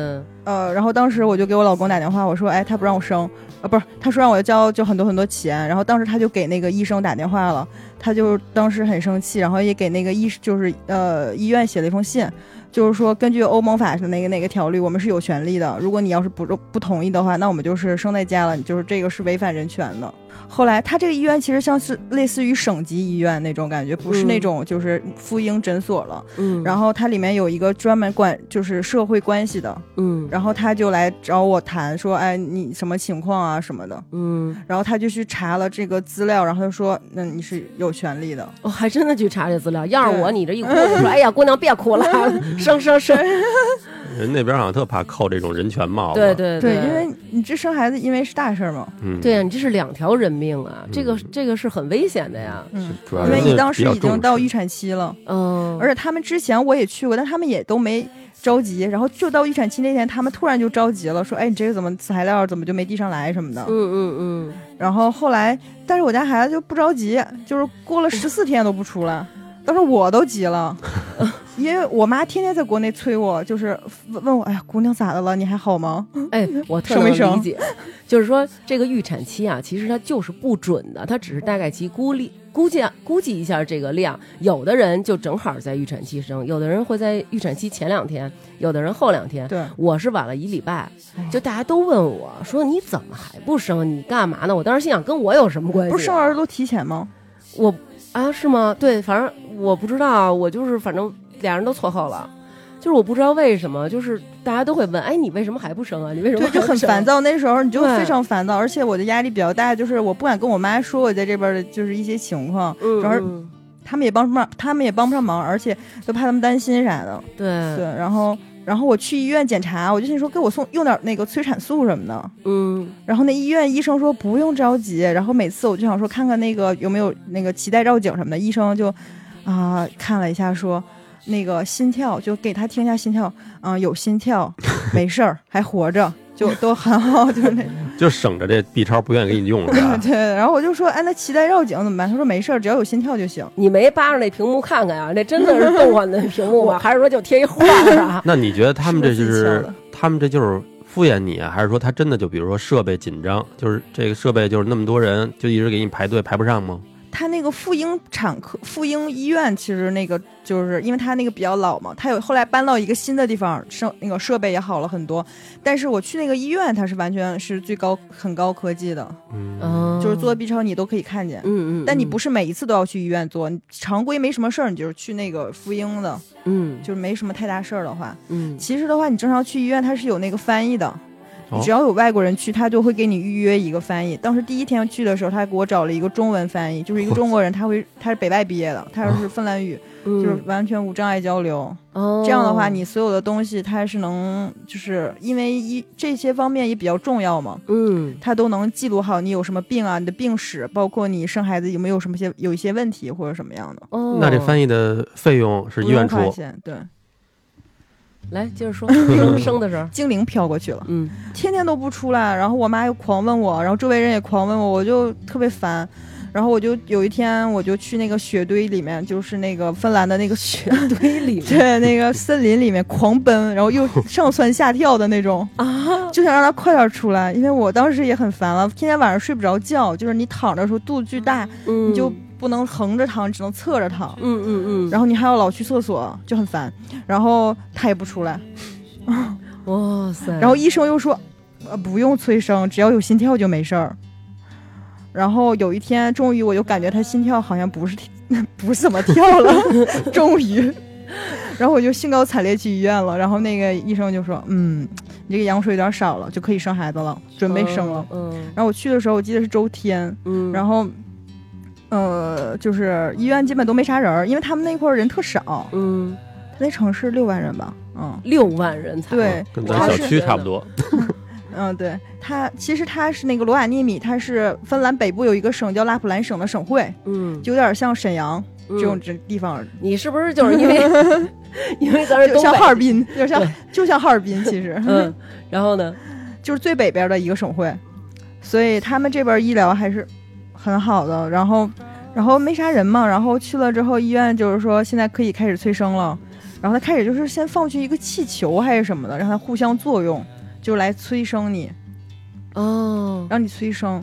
Speaker 1: 呃，然后当时我就给我老公打电话，我说，哎，他不让我生，呃，不是，他说让我交就很多很多钱，然后当时他就给那个医生打电话了，他就当时很生气，然后也给那个医就是呃医院写了一封信，就是说根据欧盟法的哪个哪个条例，我们是有权利的，如果你要是不不同意的话，那我们就是生在家了，你就是这个是违反人权的。后来他这个医院其实像是类似于省级医院那种感觉，不是那
Speaker 3: 嗯
Speaker 1: 种就是妇婴诊所了，
Speaker 3: 嗯，
Speaker 1: 然
Speaker 3: 后
Speaker 1: 后它里面有一个专门管就是社会关系的。
Speaker 3: 嗯，
Speaker 1: 然后他就来找我谈说，哎，你什么情况啊什么的。
Speaker 3: 嗯，
Speaker 1: 然后他就去查了这个资料，然后他就说，那你是有权利的。
Speaker 3: 我还真的去查这资料，要是
Speaker 1: 对
Speaker 3: 我，你这一哭我就说，哎呀，姑娘别 哭了，生生生，
Speaker 2: 人那边好像特怕扣这种人权帽子。
Speaker 3: 对，对
Speaker 1: 因为你这生孩子，因为是大事儿嘛，
Speaker 2: 嗯，
Speaker 3: 对呀，你这是两条人命啊，这个这个是很危险的呀，
Speaker 1: 嗯，
Speaker 2: 主要
Speaker 1: 因
Speaker 2: 人
Speaker 1: 为
Speaker 2: 家
Speaker 1: 你当
Speaker 2: 比
Speaker 1: 时
Speaker 2: 较
Speaker 1: 已经
Speaker 2: 重
Speaker 1: 到
Speaker 2: 视
Speaker 1: 预产期了，
Speaker 3: 嗯，
Speaker 1: 而且他们之前我也去过，但他们也都没着急。然后就到预产期那天，他们突然就着急了，说，哎，你这个怎么材料怎么就没递上来什么的。
Speaker 3: 嗯嗯
Speaker 1: 然后后来，但是我家孩子就不着急，就是过了十四天都不出来，当时我都急 了，因为我妈天天在国内催我，就是问问我，哎呀，姑娘咋的了？你还好吗？
Speaker 3: 嗯，哎，我特
Speaker 1: 生
Speaker 3: 能
Speaker 1: 没
Speaker 3: 理
Speaker 1: 生
Speaker 3: 解，就是说这个预产期啊，其实它就是不准的，它只是大概其估力。估计啊估计一下这个量，有的人就正好在预产期生，有的人会在预产期前两天，有的人后两天。
Speaker 1: 对，
Speaker 3: 我是晚了一礼拜，就大家都问我说你怎么还不生？你干嘛呢？我当时心想跟我有什么关系？啊
Speaker 1: 不是生儿都提前吗？
Speaker 3: 我啊是吗？对，反正我不知道，我就是反正俩人都错后了，就是我不知道为什么，就是大家都会问，哎，你为什么还不生啊？你为什么
Speaker 1: 对，
Speaker 3: 还不
Speaker 1: 就
Speaker 3: 生
Speaker 1: 很烦？躁。那时候你就
Speaker 3: 对
Speaker 1: 非常烦躁，而且我的压力比较大，就是我不敢跟我妈说我在这边的就是一些情况，
Speaker 3: 嗯，
Speaker 1: 主要是
Speaker 3: 嗯
Speaker 1: 他们也帮不上，他们也帮不上忙，而且就怕他们担心啥的。
Speaker 3: 对，
Speaker 2: 嗯
Speaker 1: 对，然后然后我去医院检查，我就心说给我送用点那个催产素什么的。
Speaker 3: 嗯
Speaker 1: 然后那医院医生说不用着急，然后每次我就想说看看那个有没有那个脐带绕颈什么的，医生就啊、看了一下说那个心跳就给他听一下心跳，啊、有心 跳，没事儿，还活着，就都很好，就是 那
Speaker 2: 就省着这 B 超不愿意给你用
Speaker 1: ？
Speaker 2: 是吧
Speaker 1: 对。然后我就说哎，那脐带绕颈怎么办？他说没事儿，只要有心跳就行。
Speaker 3: 你没扒着那屏幕看看啊？那真的是动画那屏幕吗？还是说就贴一画 儿啊？
Speaker 2: 那你觉得他们这就是
Speaker 1: 我自己
Speaker 2: 是
Speaker 1: 敲的
Speaker 2: 他们这就是敷衍你啊，还是说他真的就比如说设备紧张，就是这个设备就是那么多人就一直给你排队排不上吗？
Speaker 1: 他那个妇婴产科、妇婴医院，其实那个就是因为他那个比较老嘛，他有后来搬到一个新的地方，设那个设备也好了很多。但是我去那个医院，它是完全是最高很高科技的，
Speaker 2: 嗯，
Speaker 3: 嗯，
Speaker 1: 就是做 B 超你都可以看见。
Speaker 3: 嗯，嗯嗯，
Speaker 1: 但你不是每一次都要去医院做，你常规没什么事儿，你就是去那个妇婴的，
Speaker 3: 嗯
Speaker 1: 就是没什么太大事儿的话，
Speaker 3: 嗯
Speaker 1: 其实的话，你正常去医院它是有那个翻译的，
Speaker 2: 哦
Speaker 1: 你只要有外国人去，他就会给你预约一个翻译。当时第一天去的时候，他给我找了一个中文翻译，就是一个中国人，他 会他是北外毕业的，他是芬兰语，
Speaker 3: 嗯，
Speaker 1: 就是完全无障碍交流。
Speaker 3: 哦
Speaker 1: 这样的话，你所有的东西他是能，就是因为一这些方面也比较重要嘛。
Speaker 3: 嗯
Speaker 1: 他都能记录好你有什么病啊，你的病史，包括你生孩子有没有什么些有一些问题或者什么样的，
Speaker 3: 哦，
Speaker 2: 那这翻译的费用是医
Speaker 1: 不
Speaker 2: 院
Speaker 1: 用
Speaker 2: 出
Speaker 1: 花钱。对，
Speaker 3: 来接着说 生生的时候，
Speaker 1: 精灵飘过去了。
Speaker 3: 嗯
Speaker 1: 天天都不出来，然后我妈又狂问我，然后周围人也狂问我，我就特别烦。然后我就有一天，我就去那个雪堆里面，就是那个芬兰的那个雪，
Speaker 3: 堆里面
Speaker 1: 对，那个森林里面狂奔，然后又上蹿下跳的那种，
Speaker 3: 啊，
Speaker 1: 就想让它快点出来，因为我当时也很烦了，天天晚上睡不着觉，就是你躺着的时候肚子巨大，
Speaker 3: 你
Speaker 1: 你就不能横着躺，只能侧着躺，
Speaker 3: 嗯嗯嗯，
Speaker 1: 然后你还要老去厕所，就很烦。然后它也不出来，
Speaker 3: 哇塞，
Speaker 1: 然后医生又说，呃，不用催生，只要有心跳就没事儿。然后有一天，终于我就感觉他心跳好像不是 挺不是怎么跳了，终于。然后我就兴高采烈去医院了，然后那个医生就说：“嗯，你这个羊水有点少了，就可以生孩子了，准备生了。
Speaker 3: 嗯
Speaker 1: 然后我去的时候，我记得是周天，
Speaker 3: 嗯，
Speaker 1: 然后，呃，就是医院基本都没啥人儿，因为他们那块儿人特少，
Speaker 3: 嗯
Speaker 1: 他那城市六万人吧，嗯
Speaker 3: 六万人才
Speaker 1: 对
Speaker 2: 嗯跟
Speaker 1: 他
Speaker 2: 咱小
Speaker 1: 是
Speaker 2: 区差不多。
Speaker 1: 嗯，对，他其实他是那个罗瓦涅米，他是芬兰北部有一个省叫拉普兰省的省会，
Speaker 3: 嗯，
Speaker 1: 就有点像沈阳
Speaker 3: 嗯
Speaker 1: 这种这地方，
Speaker 3: 你是不是就是 因为因为咱是
Speaker 1: 就
Speaker 3: 东
Speaker 1: 像
Speaker 3: 北
Speaker 1: 哈尔滨，就像
Speaker 3: 对
Speaker 1: 就像哈尔滨，其实，
Speaker 3: 嗯，然后呢，
Speaker 1: 就是最北边的一个省会，所以他们这边医疗还是很好的。然后，然后没啥人嘛，然后去了之后，医院就是说现在可以开始催生了。然后他开始就是先放去一个气球还是什么的，让它互相作用，就来催生你，
Speaker 3: 哦，
Speaker 1: 让你催生。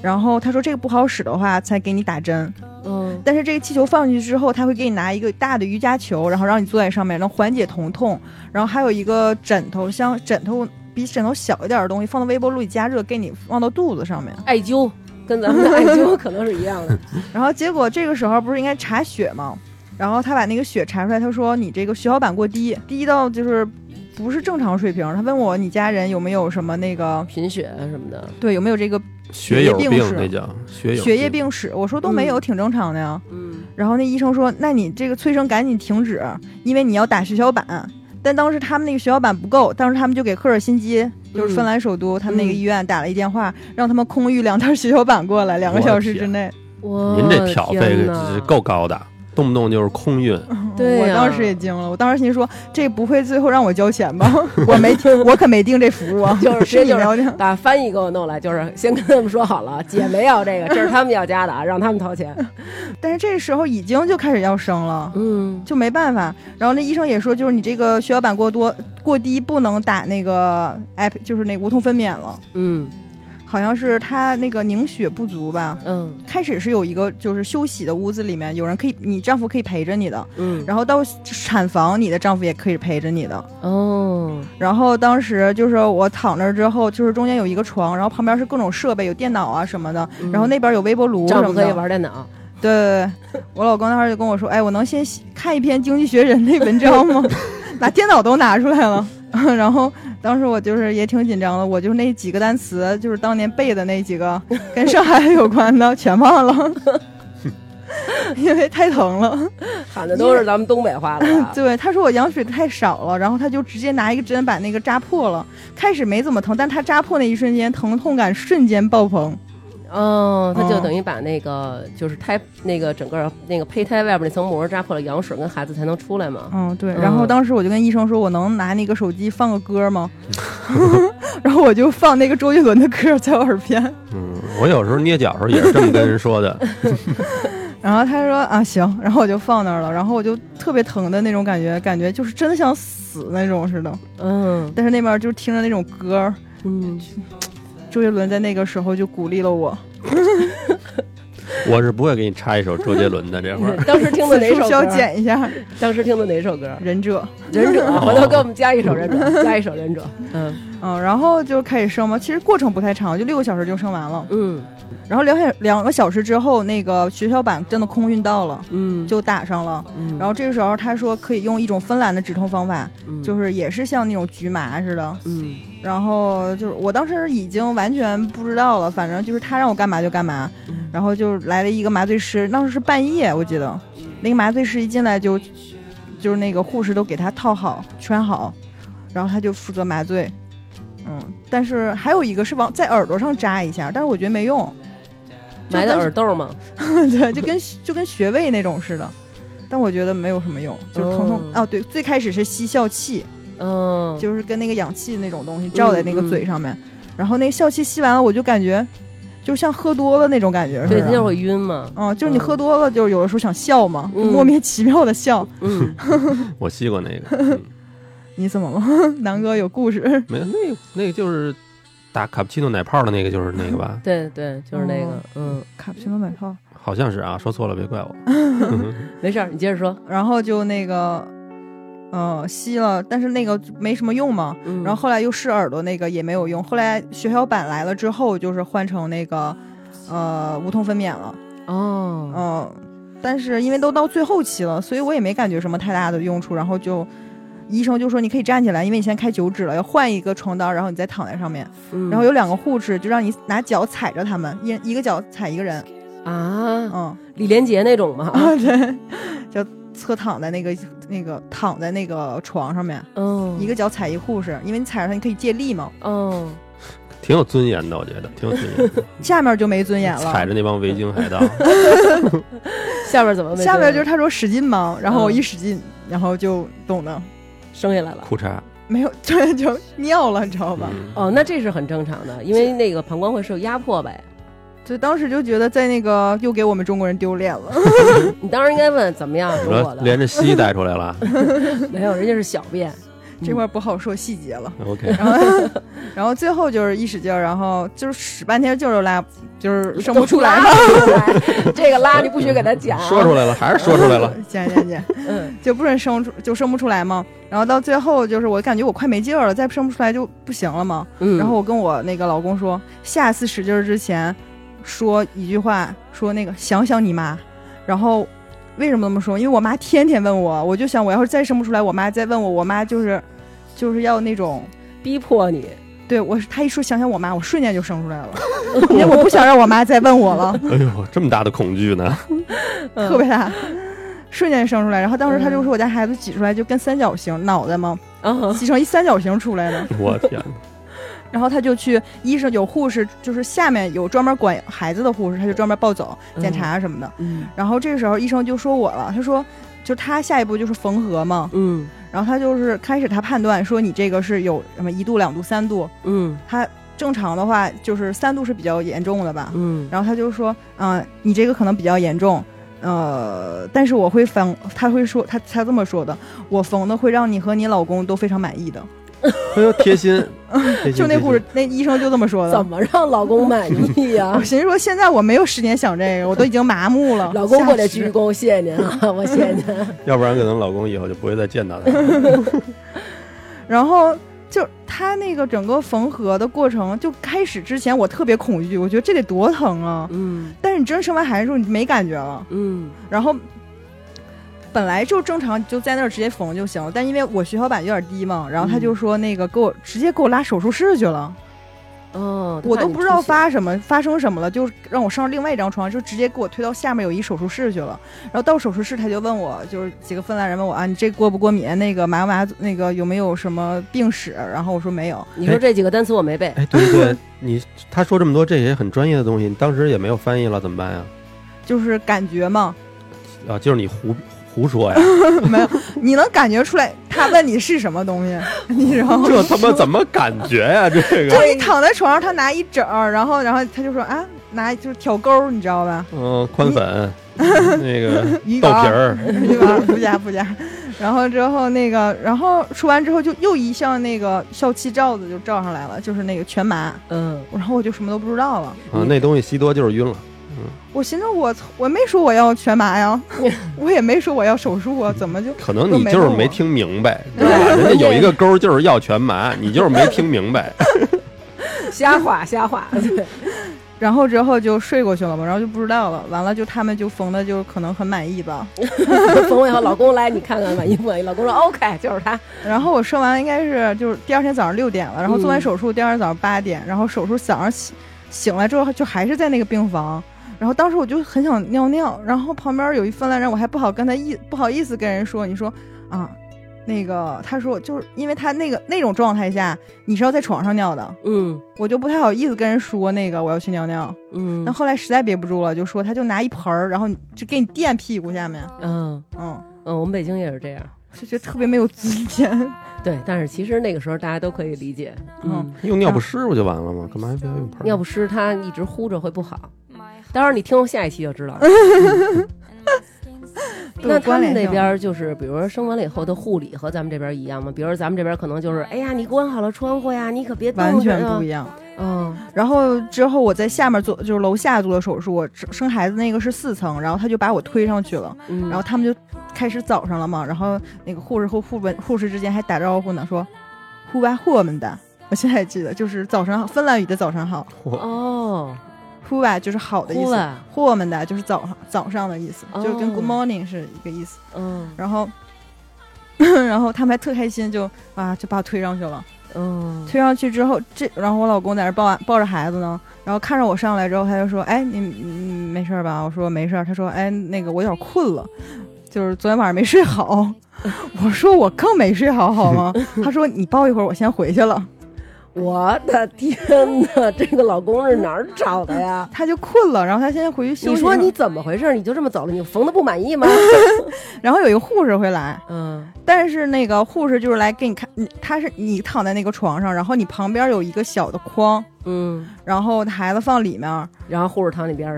Speaker 1: 然后他说这个不好使的话，才给你打针。
Speaker 3: 嗯
Speaker 1: 但是这个气球放进去之后，他会给你拿一个大的瑜伽球，然后让你坐在上面，能缓解疼痛。然后还有一个枕头，像枕头比枕头小一点的东西，放到微波炉里加热，给你放到肚子上面。
Speaker 3: 艾灸跟咱们的 艾灸可能是一样的，
Speaker 1: 然后结果这个时候不是应该查血吗？然后他把那个血查出来，他说你这个血小板过低，低到就是不是正常水平。他问我你家人有没有什么那个
Speaker 3: 贫血啊什么的，
Speaker 1: 对有没有这个
Speaker 2: 学
Speaker 1: 液
Speaker 2: 友
Speaker 1: 病
Speaker 2: 病
Speaker 1: 史
Speaker 2: 那叫学友
Speaker 1: 血液病史？我说都没有，
Speaker 3: 嗯
Speaker 1: 挺正常的呀。
Speaker 3: 嗯
Speaker 1: 然后那医生说：“那你这个催生赶紧停止，因为你要打血小板。”但当时他们那个血小板不够，当时他们就给赫尔辛基，就是芬兰首都，他们那个医院打了一电话，让他们空运两袋血小板过来，两个小时之内。
Speaker 3: 我
Speaker 2: 您这
Speaker 1: 哦
Speaker 2: 挑费
Speaker 3: 天哪
Speaker 2: 是够高的，动不动就是空运。
Speaker 1: 嗯
Speaker 3: 对啊
Speaker 1: 我
Speaker 3: 呀
Speaker 1: 当时也惊了，我当时心说：“这不会最后让我交钱 吧？我没订，我可没订这服务啊，
Speaker 3: 就是直接
Speaker 1: 是你
Speaker 3: 就是
Speaker 1: 们要订。
Speaker 3: 把翻译给我弄来，就是先跟他们说好了，姐没要这个，这是他们要加的啊，让他们掏钱。”
Speaker 1: 但是这时候已经就开始要生了。
Speaker 3: 嗯，
Speaker 1: 就没办法，然后那医生也说，就是你这个血小板过多过低，不能打那个 app，就是那无痛分娩了。
Speaker 3: 嗯
Speaker 1: 好像是他那个凝血不足吧。
Speaker 3: 嗯
Speaker 1: 开始是有一个就是休息的屋子，里面有人可以，你丈夫可以陪着你的。
Speaker 3: 嗯，
Speaker 1: 然后到产房，你的丈夫也可以陪着你的。
Speaker 3: 哦，
Speaker 1: 然后当时就是我躺那儿之后，就是中间有一个床，然后旁边是各种设备，有电脑啊什么的，
Speaker 3: 嗯
Speaker 1: 然后那边有微波炉
Speaker 3: 丈
Speaker 1: 什么
Speaker 3: 夫可以
Speaker 1: 的。
Speaker 3: 玩电脑，
Speaker 1: 对对对，我老公当时就跟我说：“哎，我能先看一篇《经济学人》那文章吗？拿电脑都拿出来了。” 然后当时我就是也挺紧张的，我就那几个单词，就是当年背的那几个跟上海有关的，全忘了，因为太疼了。
Speaker 3: 喊的都是咱们东北话了啊吧？
Speaker 1: 对，他说我羊水太少了，然后他就直接拿一个针把那个扎破了。开始没怎么疼，但他扎破那一瞬间，疼痛感瞬间爆棚。
Speaker 3: 哦，他 就
Speaker 1: 嗯
Speaker 3: 等于把那个就是胎那个整个那个胚胎外边那层膜扎破了，羊水跟孩子才能出来嘛。
Speaker 1: 嗯，对。
Speaker 3: 嗯
Speaker 1: 然后当时我就跟医生说，我能拿那个手机放个歌吗？ 然后我就放那个周杰伦的歌在我耳边，
Speaker 2: 嗯，我有时候捏脚时候也是这么跟人说的。
Speaker 1: 然后他说啊行，然后我就放那儿了，然后我就特别疼的那种感觉，感觉就是真的想死那种似的。
Speaker 3: 嗯
Speaker 1: 但是那边就听着那种歌，
Speaker 3: 嗯，
Speaker 1: 周杰伦在那个时候就鼓励了我。
Speaker 2: 我是不会给你插一首周杰伦的这会 儿。
Speaker 3: 当时听的
Speaker 1: 此
Speaker 3: 哪首
Speaker 1: 处需要
Speaker 3: 歌？
Speaker 1: 剪一下《
Speaker 3: 当时听的哪首歌？
Speaker 1: 忍者》。
Speaker 3: 忍 者，回头给我们加一首忍者，加一首忍者。哦嗯
Speaker 1: 嗯，然后就开始生嘛，其实过程不太长，就六个小时就生完了。
Speaker 3: 嗯
Speaker 1: 然后两小两个小时之后，那个血小板真的空运到了，
Speaker 3: 嗯，
Speaker 1: 就打上了。
Speaker 3: 嗯
Speaker 1: 然后这个时候他说可以用一种芬兰的止痛方法，
Speaker 3: 嗯
Speaker 1: 就是也是像那种局麻似的。
Speaker 3: 嗯
Speaker 1: 然后就是我当时已经完全不知道了，反正就是他让我干嘛就干嘛。
Speaker 3: 嗯
Speaker 1: 然后就来了一个麻醉师，当时是半夜我记得，那个麻醉师一进来就就是那个护士都给他套好穿好，然后他就负责麻醉。嗯，但是还有一个是往在耳朵上扎一下，但是我觉得没用，
Speaker 3: 埋的耳豆嘛。
Speaker 1: 对，就跟就跟穴位那种似的，但我觉得没有什么用，就是疼痛
Speaker 3: 哦
Speaker 1: 哦对，最开始是吸笑气，
Speaker 3: 嗯，
Speaker 1: 就是跟那个氧气那种东西罩在那个嘴上面，然后那个笑气吸完了，我就感觉就像喝多了那种感觉似
Speaker 3: 对，他就
Speaker 1: 的。
Speaker 3: 会晕 嘛。
Speaker 1: 嗯，就是你喝多了，就是有的时候想笑嘛，就
Speaker 3: 嗯
Speaker 1: 莫名其妙的笑。
Speaker 3: 嗯，
Speaker 2: 我吸过那个，嗯
Speaker 1: 你怎么了， 南哥有故事？
Speaker 2: 没有那个那个就是打卡布奇诺奶泡的那个，就是那个 吧？
Speaker 3: 对对，就是那个
Speaker 1: 哦，
Speaker 3: 嗯，
Speaker 1: 卡布奇诺奶泡。
Speaker 2: 好像是啊，说错了别 怪我。
Speaker 3: 嗯没事儿，你接着说。
Speaker 1: 然后就那个，呃，吸了，但是那个没什么用嘛。
Speaker 3: 嗯，
Speaker 1: 然后后来又试耳朵那个也没有用，后来血小板来了之后，就是换成那个，呃，无痛分娩了。
Speaker 3: 哦，
Speaker 1: 嗯，但是因为都到最后期了，所以我也没感觉什么太大的用处，然后就医生就说你可以站起来，因为你现在开九指了，要换一个床单，然后你再躺在上面。
Speaker 3: 嗯
Speaker 1: 然后有两个护士就让你拿脚踩着他们，一人一个脚踩一个人，
Speaker 3: 啊，
Speaker 1: 嗯，
Speaker 3: 李连杰那种嘛，
Speaker 1: 啊对，就侧躺在那个那个躺在那个床上面，
Speaker 3: 嗯，
Speaker 1: 一个脚踩一护士，因为你踩着他你可以借力嘛，
Speaker 3: 嗯，
Speaker 2: 挺有尊严的，我觉得挺有尊严 的。
Speaker 1: 下面就没尊严
Speaker 2: 踩
Speaker 1: 了。
Speaker 2: 着那帮维京海盗，
Speaker 3: 下边怎么没
Speaker 1: 下面就是是他说使劲嘛，然后我
Speaker 3: 嗯
Speaker 1: 一使劲，然后就懂了，
Speaker 3: 生下来了。
Speaker 2: 裤衩，
Speaker 1: 没有， 对，就尿了，你知道吧？
Speaker 2: 嗯
Speaker 3: 哦，那这是很正常的，因为那个膀胱会受压迫呗。
Speaker 1: 所以当时就觉得在那个又给我们中国人丢脸了。
Speaker 3: 你当时应该问怎么样
Speaker 2: 你
Speaker 3: 中国
Speaker 2: 说
Speaker 3: 的，
Speaker 2: 连着吸带出来 了
Speaker 3: 没有，人家是小便。
Speaker 1: 这块儿不好说细节了。
Speaker 2: ，OK，
Speaker 1: 然后， 然后最后就是一使劲儿，然后就是使半天就是拉，就是生不出来嘛。
Speaker 3: 嘛。这个拉你不许给他讲。
Speaker 2: 说出来了，还是说出来 了，
Speaker 1: 姐姐姐，
Speaker 3: 嗯
Speaker 1: 就不准生出就生不出来嘛。然后到最后就是我感觉我快没劲儿了，再生不出来就不行了嘛。
Speaker 3: 嗯，
Speaker 1: 然后我跟我那个老公说，下次使劲儿之前说一句话，说那个想想你妈。然后为什么这么说？因为我妈天天问我，我就想我要是再生不出来，我妈再问我，我妈就是就是要那种。
Speaker 3: 逼迫你，
Speaker 1: 对我，她一说想想我妈，我瞬间就生出来了，因为我不想让我妈再问我 了，
Speaker 2: 哎呦，这么大的恐惧呢，
Speaker 3: 嗯
Speaker 1: 特别大，瞬间生出来。然后当时她就说我家孩子挤出来就跟三角形脑袋嘛，
Speaker 3: 啊
Speaker 1: 挤成一三角形出来的。
Speaker 2: 我天，
Speaker 1: 然后他就去医生有护士，就是下面有专门管孩子的护士，他就专门抱走
Speaker 3: 嗯
Speaker 1: 检查什么的。
Speaker 3: 嗯
Speaker 1: 然后这时候医生就说我了，他说就他下一步就是缝合嘛，
Speaker 3: 嗯
Speaker 1: 然后他就是开始他判断说你这个是有什么一度、两度、三度，
Speaker 3: 嗯
Speaker 1: 他正常的话就是三度是比较严重的吧。
Speaker 3: 嗯
Speaker 1: 然后他就说，嗯、你这个可能比较严重。呃，但是我会缝，他会说，他他这么说的，我缝的会让你和你老公都非常满意的，
Speaker 2: 哎呦，贴 心，贴心
Speaker 1: 就那护士，那医生就这么说的。
Speaker 3: 怎么让老公满意啊呀、
Speaker 1: 我寻思说，现在我没有时间想这 个，我都已经麻木了。
Speaker 3: 老公过来鞠
Speaker 1: 去
Speaker 3: 一，躬，谢谢您啊，我谢谢您。
Speaker 2: 要不然可能老公以后就不会再见到他了。
Speaker 1: 然后就他那个整个缝合的过程，就开始之前我特别恐惧，我觉得这得多疼啊！
Speaker 3: 嗯
Speaker 1: 但是你真生完孩子之后，你没感觉了。
Speaker 3: 嗯
Speaker 1: 然后本来就正常，就在那儿直接缝就行了。但因为我血小板有点低嘛，然后
Speaker 3: 嗯
Speaker 1: 他就说那个给我直接给我拉手术室去了，
Speaker 3: 哦，
Speaker 1: 我都不知道
Speaker 3: 发
Speaker 1: 发什么发生什么了，就让我上另外一张床，就直接给我推到下面有一手术室去了。然后到手术室，他就问我，就是几个芬兰人问我啊，你这过不过敏？那个麻不麻？那个有没有什么病史？然后我说没有。
Speaker 3: 你说这几个单词我没背，
Speaker 2: 哎，对对，你他说这么多这些很专业的东西，你当时也没有翻译了，怎么办呀？
Speaker 1: 就是感觉嘛，
Speaker 2: 啊，就是你胡胡说呀，
Speaker 1: 没有，你能感觉出来他问你是什么东 西，你知道吗？
Speaker 2: 这他妈怎么感觉呀？这
Speaker 1: 就
Speaker 2: 个，
Speaker 1: 是你躺在床上，他拿一整儿，然后然后他就说啊，拿就是挑钩儿，你知道吧？
Speaker 2: 嗯，宽粉，那个
Speaker 1: 鱼
Speaker 2: 豆
Speaker 1: 竿
Speaker 2: 皮
Speaker 1: 儿
Speaker 2: 儿，
Speaker 1: 对吧？不加不加。然后之后那个，然后说完之后就又一项那个校气罩子就罩上来了，就是那个全麻。
Speaker 3: 嗯，
Speaker 1: 然后我就什么都不知道了。
Speaker 2: 啊，那东西吸多就是晕了。
Speaker 1: 我寻思我我没说我要全麻呀，我也没说我要手术啊，怎么就
Speaker 2: 可能你就是没听明白，知道吧？
Speaker 3: 对
Speaker 2: 人家有一个钩儿就是要全麻，你就是没听 明白。
Speaker 3: 瞎 话瞎话，对，
Speaker 1: 然后之后就睡过去了嘛，然后就不知道了。完了就他们就缝的就可能很满意吧。
Speaker 3: 冯伟和老公来，你看看满意不满意？老公说 OK，就是他，
Speaker 1: 然后我生完应该是就是第二天早上六点了，然后做完手术第二天早上八
Speaker 3: 嗯
Speaker 1: 点，然后手术早上醒醒来之后就还是在那个病房。然后当时我就很想尿尿，然后旁边有一芬兰人，我还不好跟他意不好意思跟人说，你说啊，那个他说就是因为他那个那种状态下你是要在床上尿的，
Speaker 3: 嗯
Speaker 1: 我就不太好意思跟人说那个我要去尿尿。
Speaker 3: 嗯
Speaker 1: 那后来实在憋不住了，就说他就拿一盆儿，然后就给你垫屁股下面，
Speaker 3: 嗯
Speaker 1: 嗯，
Speaker 3: 嗯，我们北京也是这样。
Speaker 1: 就觉得特别没有尊 严。
Speaker 3: 对，但是其实那个时候大家都可以理解，嗯
Speaker 1: 嗯，
Speaker 2: 用尿不湿不就完了吗？干嘛非要用盆儿？
Speaker 3: 尿不湿它一直呼着会不好，待会儿你听下一期就知道了。
Speaker 1: 都有
Speaker 3: 那他
Speaker 1: 关联
Speaker 3: 们那
Speaker 1: 性
Speaker 3: 边儿就是，比如说生完了以后的护理和咱们这边儿一样吗？比如说咱们这边儿可能就是，哎呀，你关好了窗户呀，你可别动
Speaker 1: 完全
Speaker 3: 着
Speaker 1: 不一
Speaker 3: 呀。
Speaker 1: 样。
Speaker 3: 嗯
Speaker 1: 然后之后我在下面做，就是楼下做的手术。我生生孩子那个是四层，然后他就把我推上去了，
Speaker 3: 嗯，
Speaker 1: 然后他们就开始早上了嘛。然后那个护士和护文护士之间还打招呼呢，说“呼吧呼们的”，我现在还记得，就是早上好芬兰语的早上好，
Speaker 3: 哦，
Speaker 1: 呼吧就是好的意
Speaker 3: 哭
Speaker 1: 思，
Speaker 3: 了，
Speaker 1: 呼们的就是早上早上的意思，就是跟
Speaker 3: 哦
Speaker 1: good morning 是一个意思。
Speaker 3: 嗯
Speaker 1: 然后 然后他们还特开心，就啊就把我推上去了。
Speaker 3: 嗯，
Speaker 1: 推上去之后，这然后我老公在那抱啊抱着孩子呢，然后看着我上来之后，他就说：“哎，你你没事儿吧？”我说：“没事儿。”他说：“哎，那个我有点困了，就是昨天晚上没睡好。” 我说：“我更没睡好，好吗？”他说：“你抱一会儿，我先回去了。
Speaker 3: 我的天哪，这个老公是哪儿找的呀”？
Speaker 1: 他就困了，然后他现在回去 休息。
Speaker 3: 你说你，怎么回事？你就这么走了？你缝的不满 意吗？
Speaker 1: 然后有一个护士会来，
Speaker 3: 嗯，
Speaker 1: 但是那个护士就是来给你看，你他是你躺在那个床上，然后你旁边有一个小的筐，
Speaker 3: 嗯，
Speaker 1: 然后孩子放里面，啊，
Speaker 3: 然后护士躺你边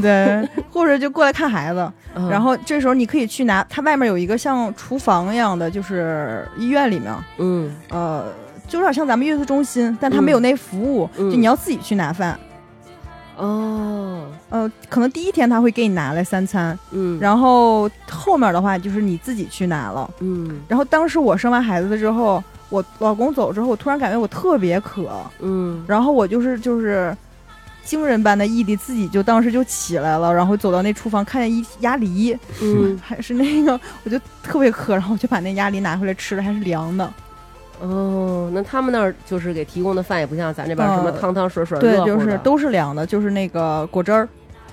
Speaker 1: 对，护士就过来看孩子。
Speaker 3: 嗯
Speaker 1: 然后这时候你可以去拿，它外面有一个像厨房一样的，就是医院里面，
Speaker 3: 嗯
Speaker 1: 呃，就有点像咱们月子中心，但它没有那服务，
Speaker 3: 嗯
Speaker 1: 就你要自己去拿饭。
Speaker 3: 哦
Speaker 1: 呃，可能第一天他会给你拿来三餐，
Speaker 3: 嗯，
Speaker 1: 然后后面的话就是你自己去拿了。
Speaker 3: 嗯
Speaker 1: 然后当时我生完孩子之后，我老公走之后，我突然感觉我特别渴，
Speaker 3: 嗯
Speaker 1: 然后我就是就是惊人般的毅力，自己就当时就起来了，然后走到那厨房，看见一鸭梨，
Speaker 3: 嗯
Speaker 1: 还是那个，我就特别渴，然后我就把那鸭梨拿回来吃了，还是凉的。
Speaker 3: 哦，那他们那儿就是给提供的饭也不像咱这边儿什么
Speaker 1: 嗯
Speaker 3: 汤汤水水
Speaker 1: 对
Speaker 3: 热，乎
Speaker 1: 就
Speaker 3: 的
Speaker 1: 是都是凉的，就是那个果汁儿